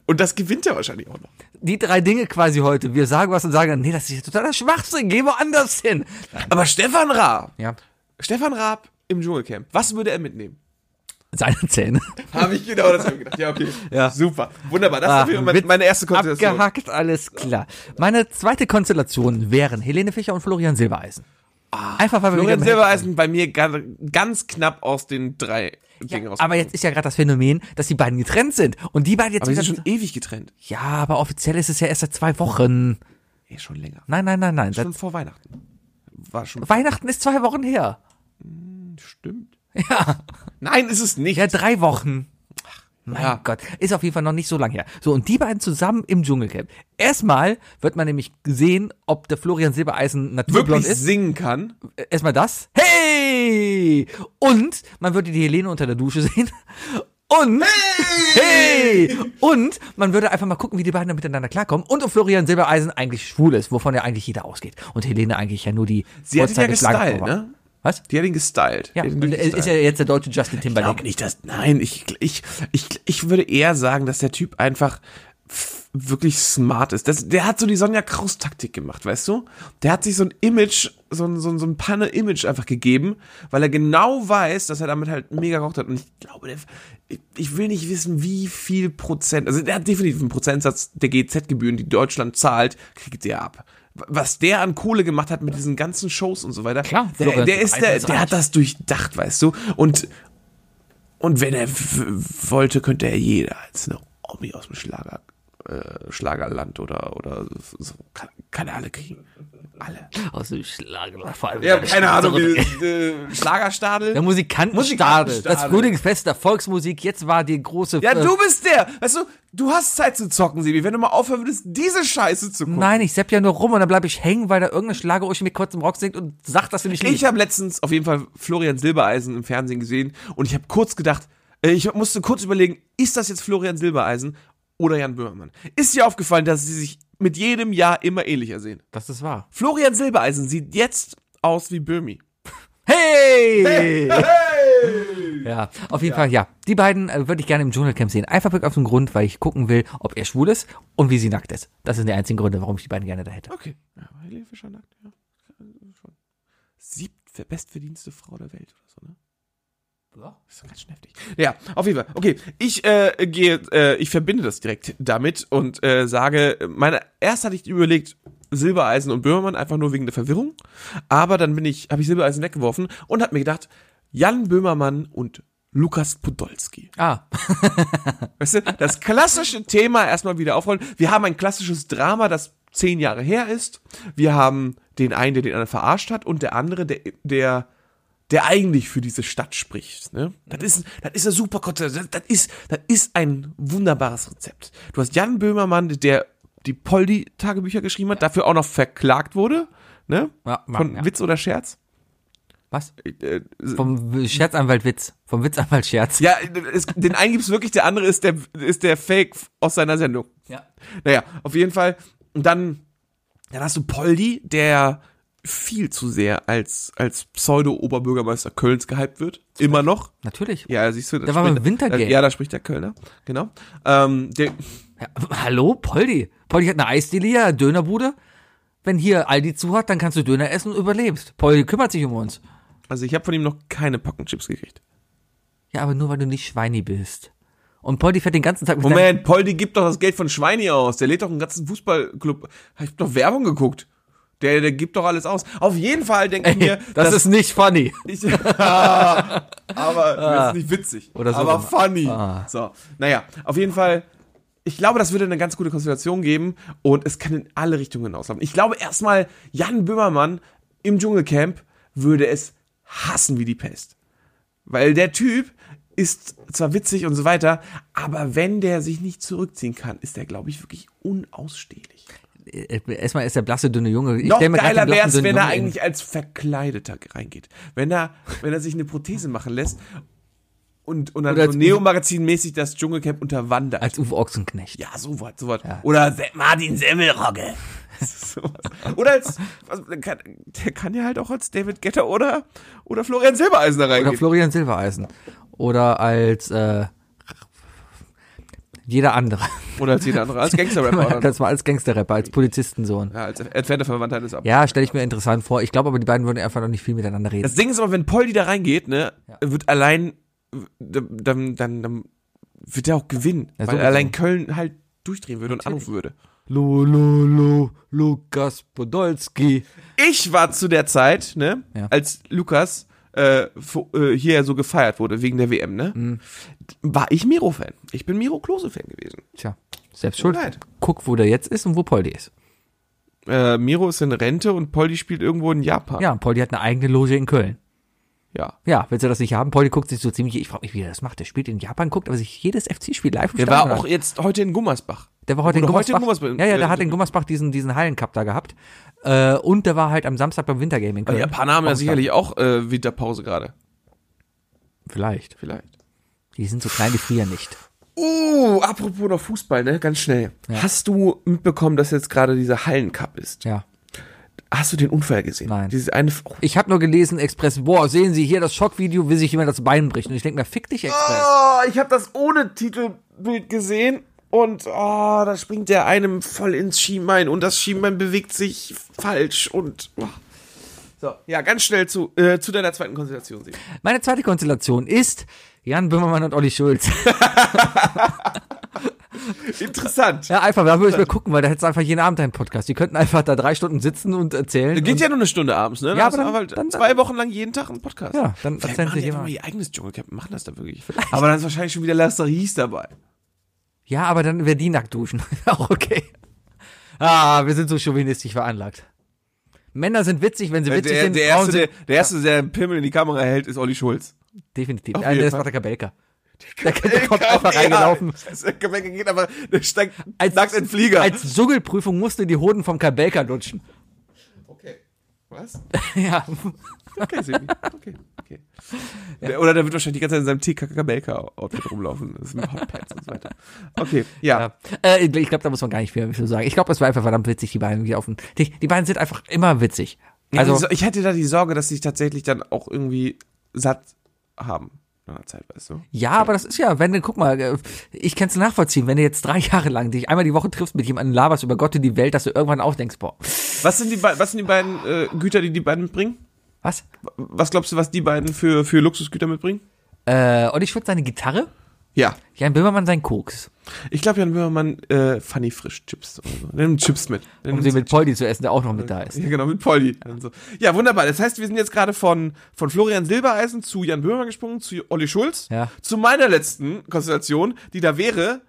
Speaker 2: Und das gewinnt er wahrscheinlich auch noch.
Speaker 3: die drei Dinge quasi heute. Wir sagen was und sagen, nee, das ist ja totaler Schwachsinn, geh woanders hin.
Speaker 2: Aber Stefan Raab,
Speaker 3: Ja,
Speaker 2: Stefan Raab im Dschungelcamp, was würde er mitnehmen?
Speaker 3: seine Zähne.
Speaker 2: Habe ich genau das hab ich gedacht. Ja, okay.
Speaker 3: Ja.
Speaker 2: Super. Wunderbar. Das
Speaker 3: Ah,
Speaker 2: ist dafür
Speaker 3: Witz
Speaker 2: meine erste Konstellation.
Speaker 3: Abgehackt, alles klar. Meine zweite Konstellation wären Helene Fischer und Florian Silbereisen. Einfach weil wir
Speaker 2: Ah, Florian
Speaker 3: wieder im
Speaker 2: Silbereisen bei mir ga- ganz knapp aus den drei Dingen raus.
Speaker 3: Aber jetzt ist ja gerade das Phänomen, dass die beiden getrennt sind. Und die beiden jetzt
Speaker 2: Aber die
Speaker 3: wieder.
Speaker 2: sind schon ewig getrennt.
Speaker 3: ja, aber offiziell ist es ja erst seit zwei Wochen.
Speaker 2: Eh, schon länger.
Speaker 3: Nein, nein, nein, nein. Seit
Speaker 2: Schon vor Weihnachten. War schon.
Speaker 3: Weihnachten ist zwei Wochen her.
Speaker 2: Stimmt. Ja. Nein, ist es nicht.
Speaker 3: Ja, drei Wochen. Mein
Speaker 2: Ja.
Speaker 3: Gott, ist auf jeden Fall noch nicht so lang her. So, und die beiden zusammen im Dschungelcamp. Erstmal wird man nämlich sehen, ob der Florian Silbereisen
Speaker 2: Wirklich
Speaker 3: naturblond ist.
Speaker 2: singen kann.
Speaker 3: erstmal das. Hey! Und man würde die Helene unter der Dusche sehen. Und, hey! Und man würde einfach mal gucken, wie die beiden da miteinander klarkommen. Und ob Florian Silbereisen eigentlich schwul ist, wovon ja eigentlich jeder ausgeht. Und Helene eigentlich ja nur die
Speaker 2: Sie hat ihn ja
Speaker 3: Vorzeigeschlagene
Speaker 2: gestylt,
Speaker 3: war.
Speaker 2: ne?
Speaker 3: Was?
Speaker 2: Die hat ihn gestylt.
Speaker 3: Ja,
Speaker 2: Die hat ihn
Speaker 3: und
Speaker 2: wirklich
Speaker 3: er ist ja
Speaker 2: gestylt.
Speaker 3: jetzt der deutsche Justin
Speaker 2: Ich
Speaker 3: Timberlake.
Speaker 2: glaube nicht, dass. Nein, ich, ich, ich, ich würde eher sagen, dass der Typ einfach f- wirklich smart ist. Das, der hat so die Sonja Kraus-Taktik gemacht, weißt du? Der hat sich so ein Image, so ein, so ein, so ein Panne-Image einfach gegeben, weil er genau weiß, dass er damit halt mega gekocht hat. Und ich glaube, der, ich, ich will nicht wissen, wie viel Prozent, also der hat definitiv einen Prozentsatz der GZ-Gebühren, die Deutschland zahlt, kriegt er ab. Was der an Kohle gemacht hat mit diesen ganzen Shows und so weiter.
Speaker 3: Klar,
Speaker 2: der,
Speaker 3: Florian
Speaker 2: der, ist der,
Speaker 3: Silbereisen ist
Speaker 2: der
Speaker 3: reich.
Speaker 2: hat das durchdacht, weißt du? Und und wenn er w- wollte, könnte er jeder als eine Omi aus dem Schlager, äh, Schlagerland oder, oder so, kann, kann er alle kriegen. Alle.
Speaker 3: Aus dem Schlager. Vor allem
Speaker 2: äh, Schlagerstadel.
Speaker 3: Der Musikantenstadel.
Speaker 2: Musikantenstadel.
Speaker 3: Das Frühlingsfest der Volksmusik. Jetzt war die große.
Speaker 2: Ja,
Speaker 3: äh,
Speaker 2: du bist der. Weißt du, du hast Zeit zu zocken, Sebi. Wenn du mal aufhören würdest, diese Scheiße zu gucken.
Speaker 3: Nein, ich sepp ja nur rum und dann bleib ich hängen, weil da irgendein Schlagerurchen mir kurz im Rock singt und sagt, dass du mich liebst.
Speaker 2: Ich habe letztens auf jeden Fall Florian Silbereisen im Fernsehen gesehen und ich habe kurz gedacht, äh, ich musste kurz überlegen, ist das jetzt Florian Silbereisen oder Jan Böhmermann? Ist dir aufgefallen, dass sie sich mit jedem Jahr immer ähnlicher sehen?
Speaker 3: Das ist wahr.
Speaker 2: Florian Silbereisen sieht jetzt aus wie Böhmi.
Speaker 3: Hey! Ja, auf jeden Fall, ja. Die beiden äh, würde ich gerne im Dschungelcamp sehen. Einfach wirklich auf den Grund, weil ich gucken will, ob er schwul ist und wie sie nackt ist. Das sind die einzigen Gründe, warum ich die beiden gerne da hätte.
Speaker 2: Okay. Ja, Helene Fischer nackt, ja. Schon. Siebte, bestverdienste Frau der Welt oder so, ne? Das ist ganz schön heftig. Ja, auf jeden Fall. Okay, ich äh, gehe, äh, ich verbinde das direkt damit und äh, sage, meine, erst hatte ich überlegt, Silbereisen und Böhmermann einfach nur wegen der Verwirrung, aber dann bin ich, habe ich Silbereisen weggeworfen und habe mir gedacht, Jan Böhmermann und Lukas Podolski.
Speaker 3: Ah,
Speaker 2: Weißt du, das klassische Thema erstmal wieder aufrollen. Wir haben ein klassisches Drama, das zehn Jahre her ist. Wir haben den einen, der den anderen verarscht hat und der andere, der, der, der eigentlich für diese Stadt spricht. Ne? Das
Speaker 3: Mhm.
Speaker 2: ist, das ist ein super Konzept. Das, das, ist, das ist ein wunderbares Rezept. Du hast Jan Böhmermann, der die Poldi-Tagebücher geschrieben hat, dafür auch noch verklagt wurde. Ne?
Speaker 3: Ja, ja,
Speaker 2: Von
Speaker 3: ja.
Speaker 2: Witz oder Scherz.
Speaker 3: was?
Speaker 2: Äh,
Speaker 3: Vom Scherzanwalt Witz. Vom Witzanwalt Scherz.
Speaker 2: Ja, es, den einen gibt's wirklich, der andere ist der, ist der Fake aus seiner Sendung.
Speaker 3: Ja.
Speaker 2: Naja, auf jeden Fall. Und dann, dann hast du Poldi, der viel zu sehr als, als Pseudo-Oberbürgermeister Kölns gehypt wird. Immer noch.
Speaker 3: Natürlich.
Speaker 2: Ja, siehst du.
Speaker 3: Da war beim Wintergame.
Speaker 2: Ja, da spricht der Kölner. Genau. Ähm, der,
Speaker 3: Ja, hallo, Poldi. Poldi hat eine Eisdiele, ja, Dönerbude. Wenn hier Aldi zu hat, dann kannst du Döner essen und überlebst. Poldi kümmert sich um uns.
Speaker 2: also ich habe von ihm noch keine Packung Chips gekriegt.
Speaker 3: Ja, aber nur weil du nicht Schweini bist. Und Poldi fährt den ganzen Tag mit seinem-
Speaker 2: Moment, Poldi gibt doch das Geld von Schweini aus. Der lädt doch einen ganzen Fußballclub. Ich hab doch Werbung geguckt. Der, der gibt doch alles aus. Auf jeden Fall denke ich mir,
Speaker 3: das, ist nicht funny.
Speaker 2: Ich, aber das ist nicht witzig.
Speaker 3: Ah. Oder so
Speaker 2: aber
Speaker 3: rum. Ah.
Speaker 2: funny. So, naja, auf jeden Fall. Ich glaube, das würde eine ganz gute Konstellation geben und es kann in alle Richtungen hinauslaufen. Ich glaube erstmal, Jan Böhmermann im Dschungelcamp würde es hassen wie die Pest. Weil der Typ ist zwar witzig und so weiter, aber wenn der sich nicht zurückziehen kann, ist der, glaube ich, wirklich unausstehlich.
Speaker 3: Äh, Erstmal ist der blasse, dünne Junge. Ich
Speaker 2: Noch
Speaker 3: stell mir grad den
Speaker 2: geiler
Speaker 3: blassen,
Speaker 2: wäre es,
Speaker 3: dünnen
Speaker 2: wenn er
Speaker 3: Jungen in-
Speaker 2: eigentlich als Verkleideter reingeht. Wenn er, wenn er sich eine Prothese machen lässt und, und dann
Speaker 3: Oder
Speaker 2: so
Speaker 3: als-
Speaker 2: Neo-Magazin-mäßig das Dschungelcamp unterwandert.
Speaker 3: Als Uwe Ochsenknecht.
Speaker 2: ja, so was, so was. Oder Se Martin Semmelrogge. So was. oder als, also, der, kann, der kann ja halt auch als David Getter oder, oder Florian Silbereisen da
Speaker 3: Oder
Speaker 2: reingehen.
Speaker 3: Florian Silbereisen. Oder als äh, jeder andere.
Speaker 2: Oder, als jeder andere, als Gangster-Rapper. oder-
Speaker 3: Das war als Gangsterrapper, als Polizistensohn.
Speaker 2: ja, als entfernte Verwandter eines Ab.
Speaker 3: Ja, stelle ich mir interessant vor. Ich glaube aber, die beiden würden einfach noch nicht viel miteinander reden.
Speaker 2: Das Ding ist aber, wenn Poldi da reingeht, ne, wird allein, dann, dann, dann wird er auch gewinnen, weil
Speaker 3: Ja, sowieso.
Speaker 2: allein Köln halt durchdrehen würde und anrufen würde.
Speaker 3: Lo, lo, lo, Lukas Podolski.
Speaker 2: Ich war zu der Zeit, ne,
Speaker 3: Ja.
Speaker 2: als Lukas äh, fu- äh, hier so gefeiert wurde wegen der WM, ne,
Speaker 3: Mhm.
Speaker 2: war ich Miro-Fan. Ich bin Miro Klose-Fan gewesen.
Speaker 3: Tja, selbst schuld.
Speaker 2: Leid.
Speaker 3: Guck, wo der jetzt ist und wo Poldi ist.
Speaker 2: Äh, Miro ist in Rente und Poldi spielt irgendwo in Japan.
Speaker 3: Ja, Poldi hat eine eigene Loge in Köln.
Speaker 2: ja.
Speaker 3: Ja, willst du das nicht haben? Poldi guckt sich so ziemlich, ich frage mich, wie der das macht. Der spielt in Japan, guckt aber sich jedes FC-Spiel live im
Speaker 2: Der
Speaker 3: Stadion
Speaker 2: war
Speaker 3: an.
Speaker 2: auch jetzt heute in Gummersbach.
Speaker 3: Der war heute in
Speaker 2: Oder heute
Speaker 3: Gummersbach.
Speaker 2: in Gummersbach.
Speaker 3: Ja, ja, der
Speaker 2: Äh,
Speaker 3: hat in Gummersbach diesen, diesen Hallencup da gehabt. Äh, und der war halt am Samstag beim Wintergame in
Speaker 2: Die
Speaker 3: Köln.
Speaker 2: Japaner haben ja
Speaker 3: Auch
Speaker 2: sicherlich auch äh, Winterpause gerade.
Speaker 3: da. Vielleicht.
Speaker 2: Vielleicht.
Speaker 3: Die sind so klein, die frieren nicht.
Speaker 2: Uh, apropos noch Fußball, ne? Ganz schnell. Hast du mitbekommen, dass jetzt gerade dieser Hallencup ist?
Speaker 3: Ja.
Speaker 2: Hast du den Unfall gesehen?
Speaker 3: Nein.
Speaker 2: Dieses eine. Oh,
Speaker 3: Ich habe nur gelesen, Express, boah, sehen Sie hier das Schockvideo, wie sich jemand das Bein bricht. Und ich denke mir, fick dich, Express.
Speaker 2: Oh, ich habe das ohne Titelbild gesehen und oh, da springt der einem voll ins Schienbein und das Schienbein bewegt sich falsch und oh. so ja ganz schnell zu äh, zu deiner zweiten Konstellation sehen.
Speaker 3: Meine zweite Konstellation ist Jan Böhmermann und Olli Schulz.
Speaker 2: Interessant.
Speaker 3: Ja, einfach, da würde ich mal gucken, weil da hättest du einfach jeden Abend einen Podcast. Die könnten einfach da drei Stunden sitzen und erzählen.
Speaker 2: Geht
Speaker 3: und,
Speaker 2: ja nur eine Stunde abends, ne?
Speaker 3: Ja,
Speaker 2: Hast
Speaker 3: aber dann-
Speaker 2: du halt
Speaker 3: dann-
Speaker 2: zwei Wochen lang jeden Tag einen Podcast.
Speaker 3: Ja, dann
Speaker 2: Vielleicht
Speaker 3: erzählen
Speaker 2: machen
Speaker 3: sie
Speaker 2: die einfach mal
Speaker 3: jemand.
Speaker 2: ihr eigenes Dschungelcamp, machen das da wirklich. Aber dann ist wahrscheinlich schon wieder Laster Ries dabei.
Speaker 3: ja, aber dann wäre die nackt duschen. Auch okay. Ah, wir sind so chauvinistisch veranlagt. Männer sind witzig, wenn sie
Speaker 2: Äh, Der,
Speaker 3: witzig
Speaker 2: der,
Speaker 3: sind.
Speaker 2: der,
Speaker 3: Frauen
Speaker 2: erste,
Speaker 3: sind
Speaker 2: der, der erste, der einen Pimmel in die Kamera hält, ist Olli Schulz.
Speaker 3: definitiv.
Speaker 2: Auf
Speaker 3: Äh,
Speaker 2: jeden
Speaker 3: das
Speaker 2: Fall.
Speaker 3: war der Kabelka. Der, der kommt einfach reingelaufen.
Speaker 2: Der geht aber, der steigt
Speaker 3: Als-
Speaker 2: nackt in den Flieger.
Speaker 3: Als Suggelprüfung musste die Hoden vom Kabelka lutschen.
Speaker 2: Okay. Was?
Speaker 3: Ja.
Speaker 2: Okay, Sebi. Okay, okay. Der, oder der wird wahrscheinlich die ganze Zeit in seinem TKKBLK-Outfit rumlaufen. Das sind Hotpants und so weiter. Okay, ja.
Speaker 3: ja. Äh, ich glaube, da muss man gar nicht viel dazu sagen. Ich glaube, es war einfach verdammt witzig, die beiden die auf dem Die, die beiden sind einfach immer witzig. Also,
Speaker 2: Also, ich hätte da die Sorge, dass sie tatsächlich dann auch irgendwie satt haben. Nach einer Zeit, weißt du?
Speaker 3: ja, aber das ist ja, wenn du, guck mal, äh, ich kann es nachvollziehen, wenn du jetzt drei Jahre lang dich einmal die Woche triffst mit jemandem, laberst über Gott und die Welt, dass du irgendwann auch denkst, boah,
Speaker 2: Was sind die, bei- was sind die beiden äh, Güter, die die beiden mitbringen?
Speaker 3: was?
Speaker 2: Was glaubst du, was die beiden für, für Luxusgüter mitbringen?
Speaker 3: Äh, Olli Schulz seine Gitarre,
Speaker 2: Ja.
Speaker 3: Jan Böhmermann sein Koks,
Speaker 2: Ich glaube, Jan Böhmermann, äh, Funny Frisch Chips oder so. Nimm Chips mit.
Speaker 3: um sie mit Poldi zu essen, der auch noch mit da ist.
Speaker 2: Ja, genau, mit Poldi. Und so. Ja, wunderbar. Das heißt, wir sind jetzt gerade von, von Florian Silbereisen zu Jan Böhmer gesprungen, zu Olli Schulz,
Speaker 3: Ja.
Speaker 2: zu meiner letzten Konstellation, die da wäre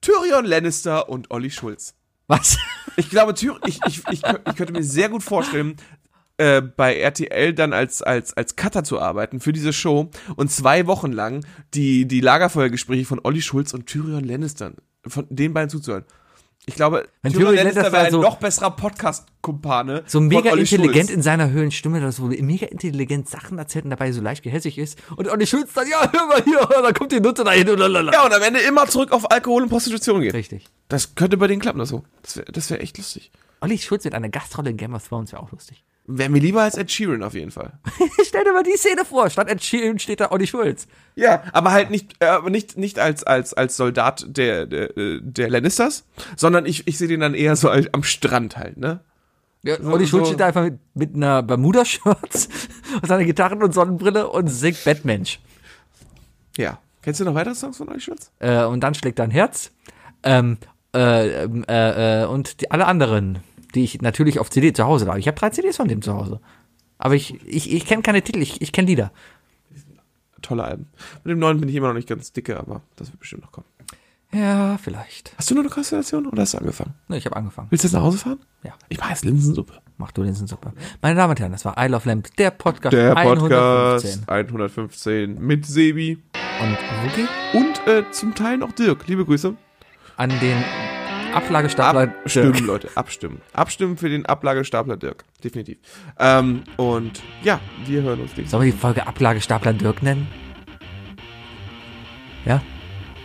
Speaker 2: Tyrion Lannister und Olli Schulz.
Speaker 3: Was?
Speaker 2: Ich glaube, Tyr ich, ich, ich, kö- ich könnte mir sehr gut vorstellen, äh, bei RTL dann als, als, als Cutter zu arbeiten für diese Show und zwei Wochen lang die, die Lagerfeuergespräche von Olli Schulz und Tyrion Lannister, von den beiden zuzuhören. Ich glaube,
Speaker 3: Wenn
Speaker 2: Tyrion,
Speaker 3: Tyrion
Speaker 2: Lannister
Speaker 3: Lannister
Speaker 2: wäre ein
Speaker 3: so-
Speaker 2: noch besserer Podcast-Kumpane.
Speaker 3: So
Speaker 2: von
Speaker 3: mega
Speaker 2: Olli Schulz.
Speaker 3: intelligent in seiner Höhlenstimme, dass so mega intelligent Sachen erzählt und dabei so leicht gehässig ist. Und Olli Schulz dann, ja, hör mal hier, da kommt die Nutte dahin. Lalala.
Speaker 2: Ja, und am Ende immer zurück auf Alkohol und Prostitution gehen.
Speaker 3: Richtig.
Speaker 2: Das könnte bei denen klappen, das so. Das wäre das wär echt lustig.
Speaker 3: Olli Schulz mit einer Gastrolle in Game of Thrones wäre auch lustig.
Speaker 2: Wäre mir lieber als Ed Sheeran auf jeden Fall.
Speaker 3: Stell dir mal die Szene vor. Statt Ed Sheeran steht da Olli Schulz.
Speaker 2: Ja, aber halt nicht, äh, aber nicht, nicht als, als, als Soldat der, der, äh, der Lannisters, sondern ich, ich sehe den dann eher so als, am Strand halt, ne?
Speaker 3: Ja, Olli
Speaker 2: so-
Speaker 3: Schulz steht da einfach mit, mit einer Bermuda-Shirt und seiner Gitarren und Sonnenbrille und singt Batmensch.
Speaker 2: Ja. Kennst du noch weitere Songs von euch, Schulz?
Speaker 3: Äh, und dann schlägt er ein Herz. Ähm, äh, ähm, äh, äh, und die, alle anderen, die ich natürlich auf CD zu Hause habe. Ich habe drei CDs von dem zu Hause. Aber ich, ich, ich kenne keine Titel, ich, ich kenne Lieder.
Speaker 2: Tolle Alben. Mit dem neuen bin ich immer noch nicht ganz dicke, aber das wird bestimmt noch kommen.
Speaker 3: Ja, vielleicht.
Speaker 2: Hast du noch eine Konstellation oder hast du angefangen?
Speaker 3: Ne, ich habe angefangen.
Speaker 2: Willst du jetzt nach Hause fahren?
Speaker 3: Ja.
Speaker 2: Ich mache jetzt Linsensuppe.
Speaker 3: Mach du Linsensuppe. Meine Damen und Herren, das war I Love Lamp, der Podcast
Speaker 2: Der Podcast 115, mit Sebi
Speaker 3: Und Wookie
Speaker 2: und äh, zum Teil noch Dirk. Liebe Grüße.
Speaker 3: an den Ablagestapler.
Speaker 2: Abstimmen, Leute, abstimmen. Abstimmen für den Ablagestapler Dirk, definitiv. Ähm, und ja, wir hören uns nächstes Mal.
Speaker 3: Sollen wir die Folge Ablagestapler Dirk nennen? Ja?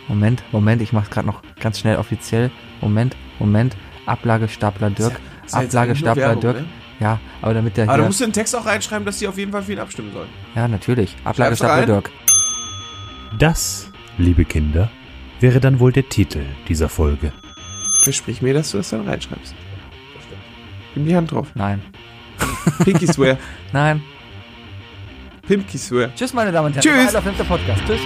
Speaker 3: Moment, Moment, ich mach's gerade noch ganz schnell offiziell. Moment, Moment. Ablagestapler Dirk.
Speaker 2: ist ja jetzt
Speaker 3: Ablagestapler
Speaker 2: eigentlich nur
Speaker 3: Dirk.
Speaker 2: Werbung, ne?
Speaker 3: Ja, aber damit der
Speaker 2: Aber du
Speaker 3: hier.
Speaker 2: musst den Text auch reinschreiben, dass sie auf jeden Fall viel abstimmen sollen.
Speaker 3: Ja, natürlich. Ablagestapler
Speaker 2: rein.
Speaker 3: Dirk.
Speaker 5: Das, liebe Kinder, wäre dann wohl der Titel dieser Folge.
Speaker 2: Versprich mir, dass du das dann reinschreibst. Gib die Hand drauf.
Speaker 3: Nein.
Speaker 2: Pinky Swear.
Speaker 3: Nein.
Speaker 2: Pimpky Swear.
Speaker 3: Tschüss, meine Damen und Herren.
Speaker 2: Tschüss.
Speaker 3: Das war I Love Lamp, der Podcast. Tschüss.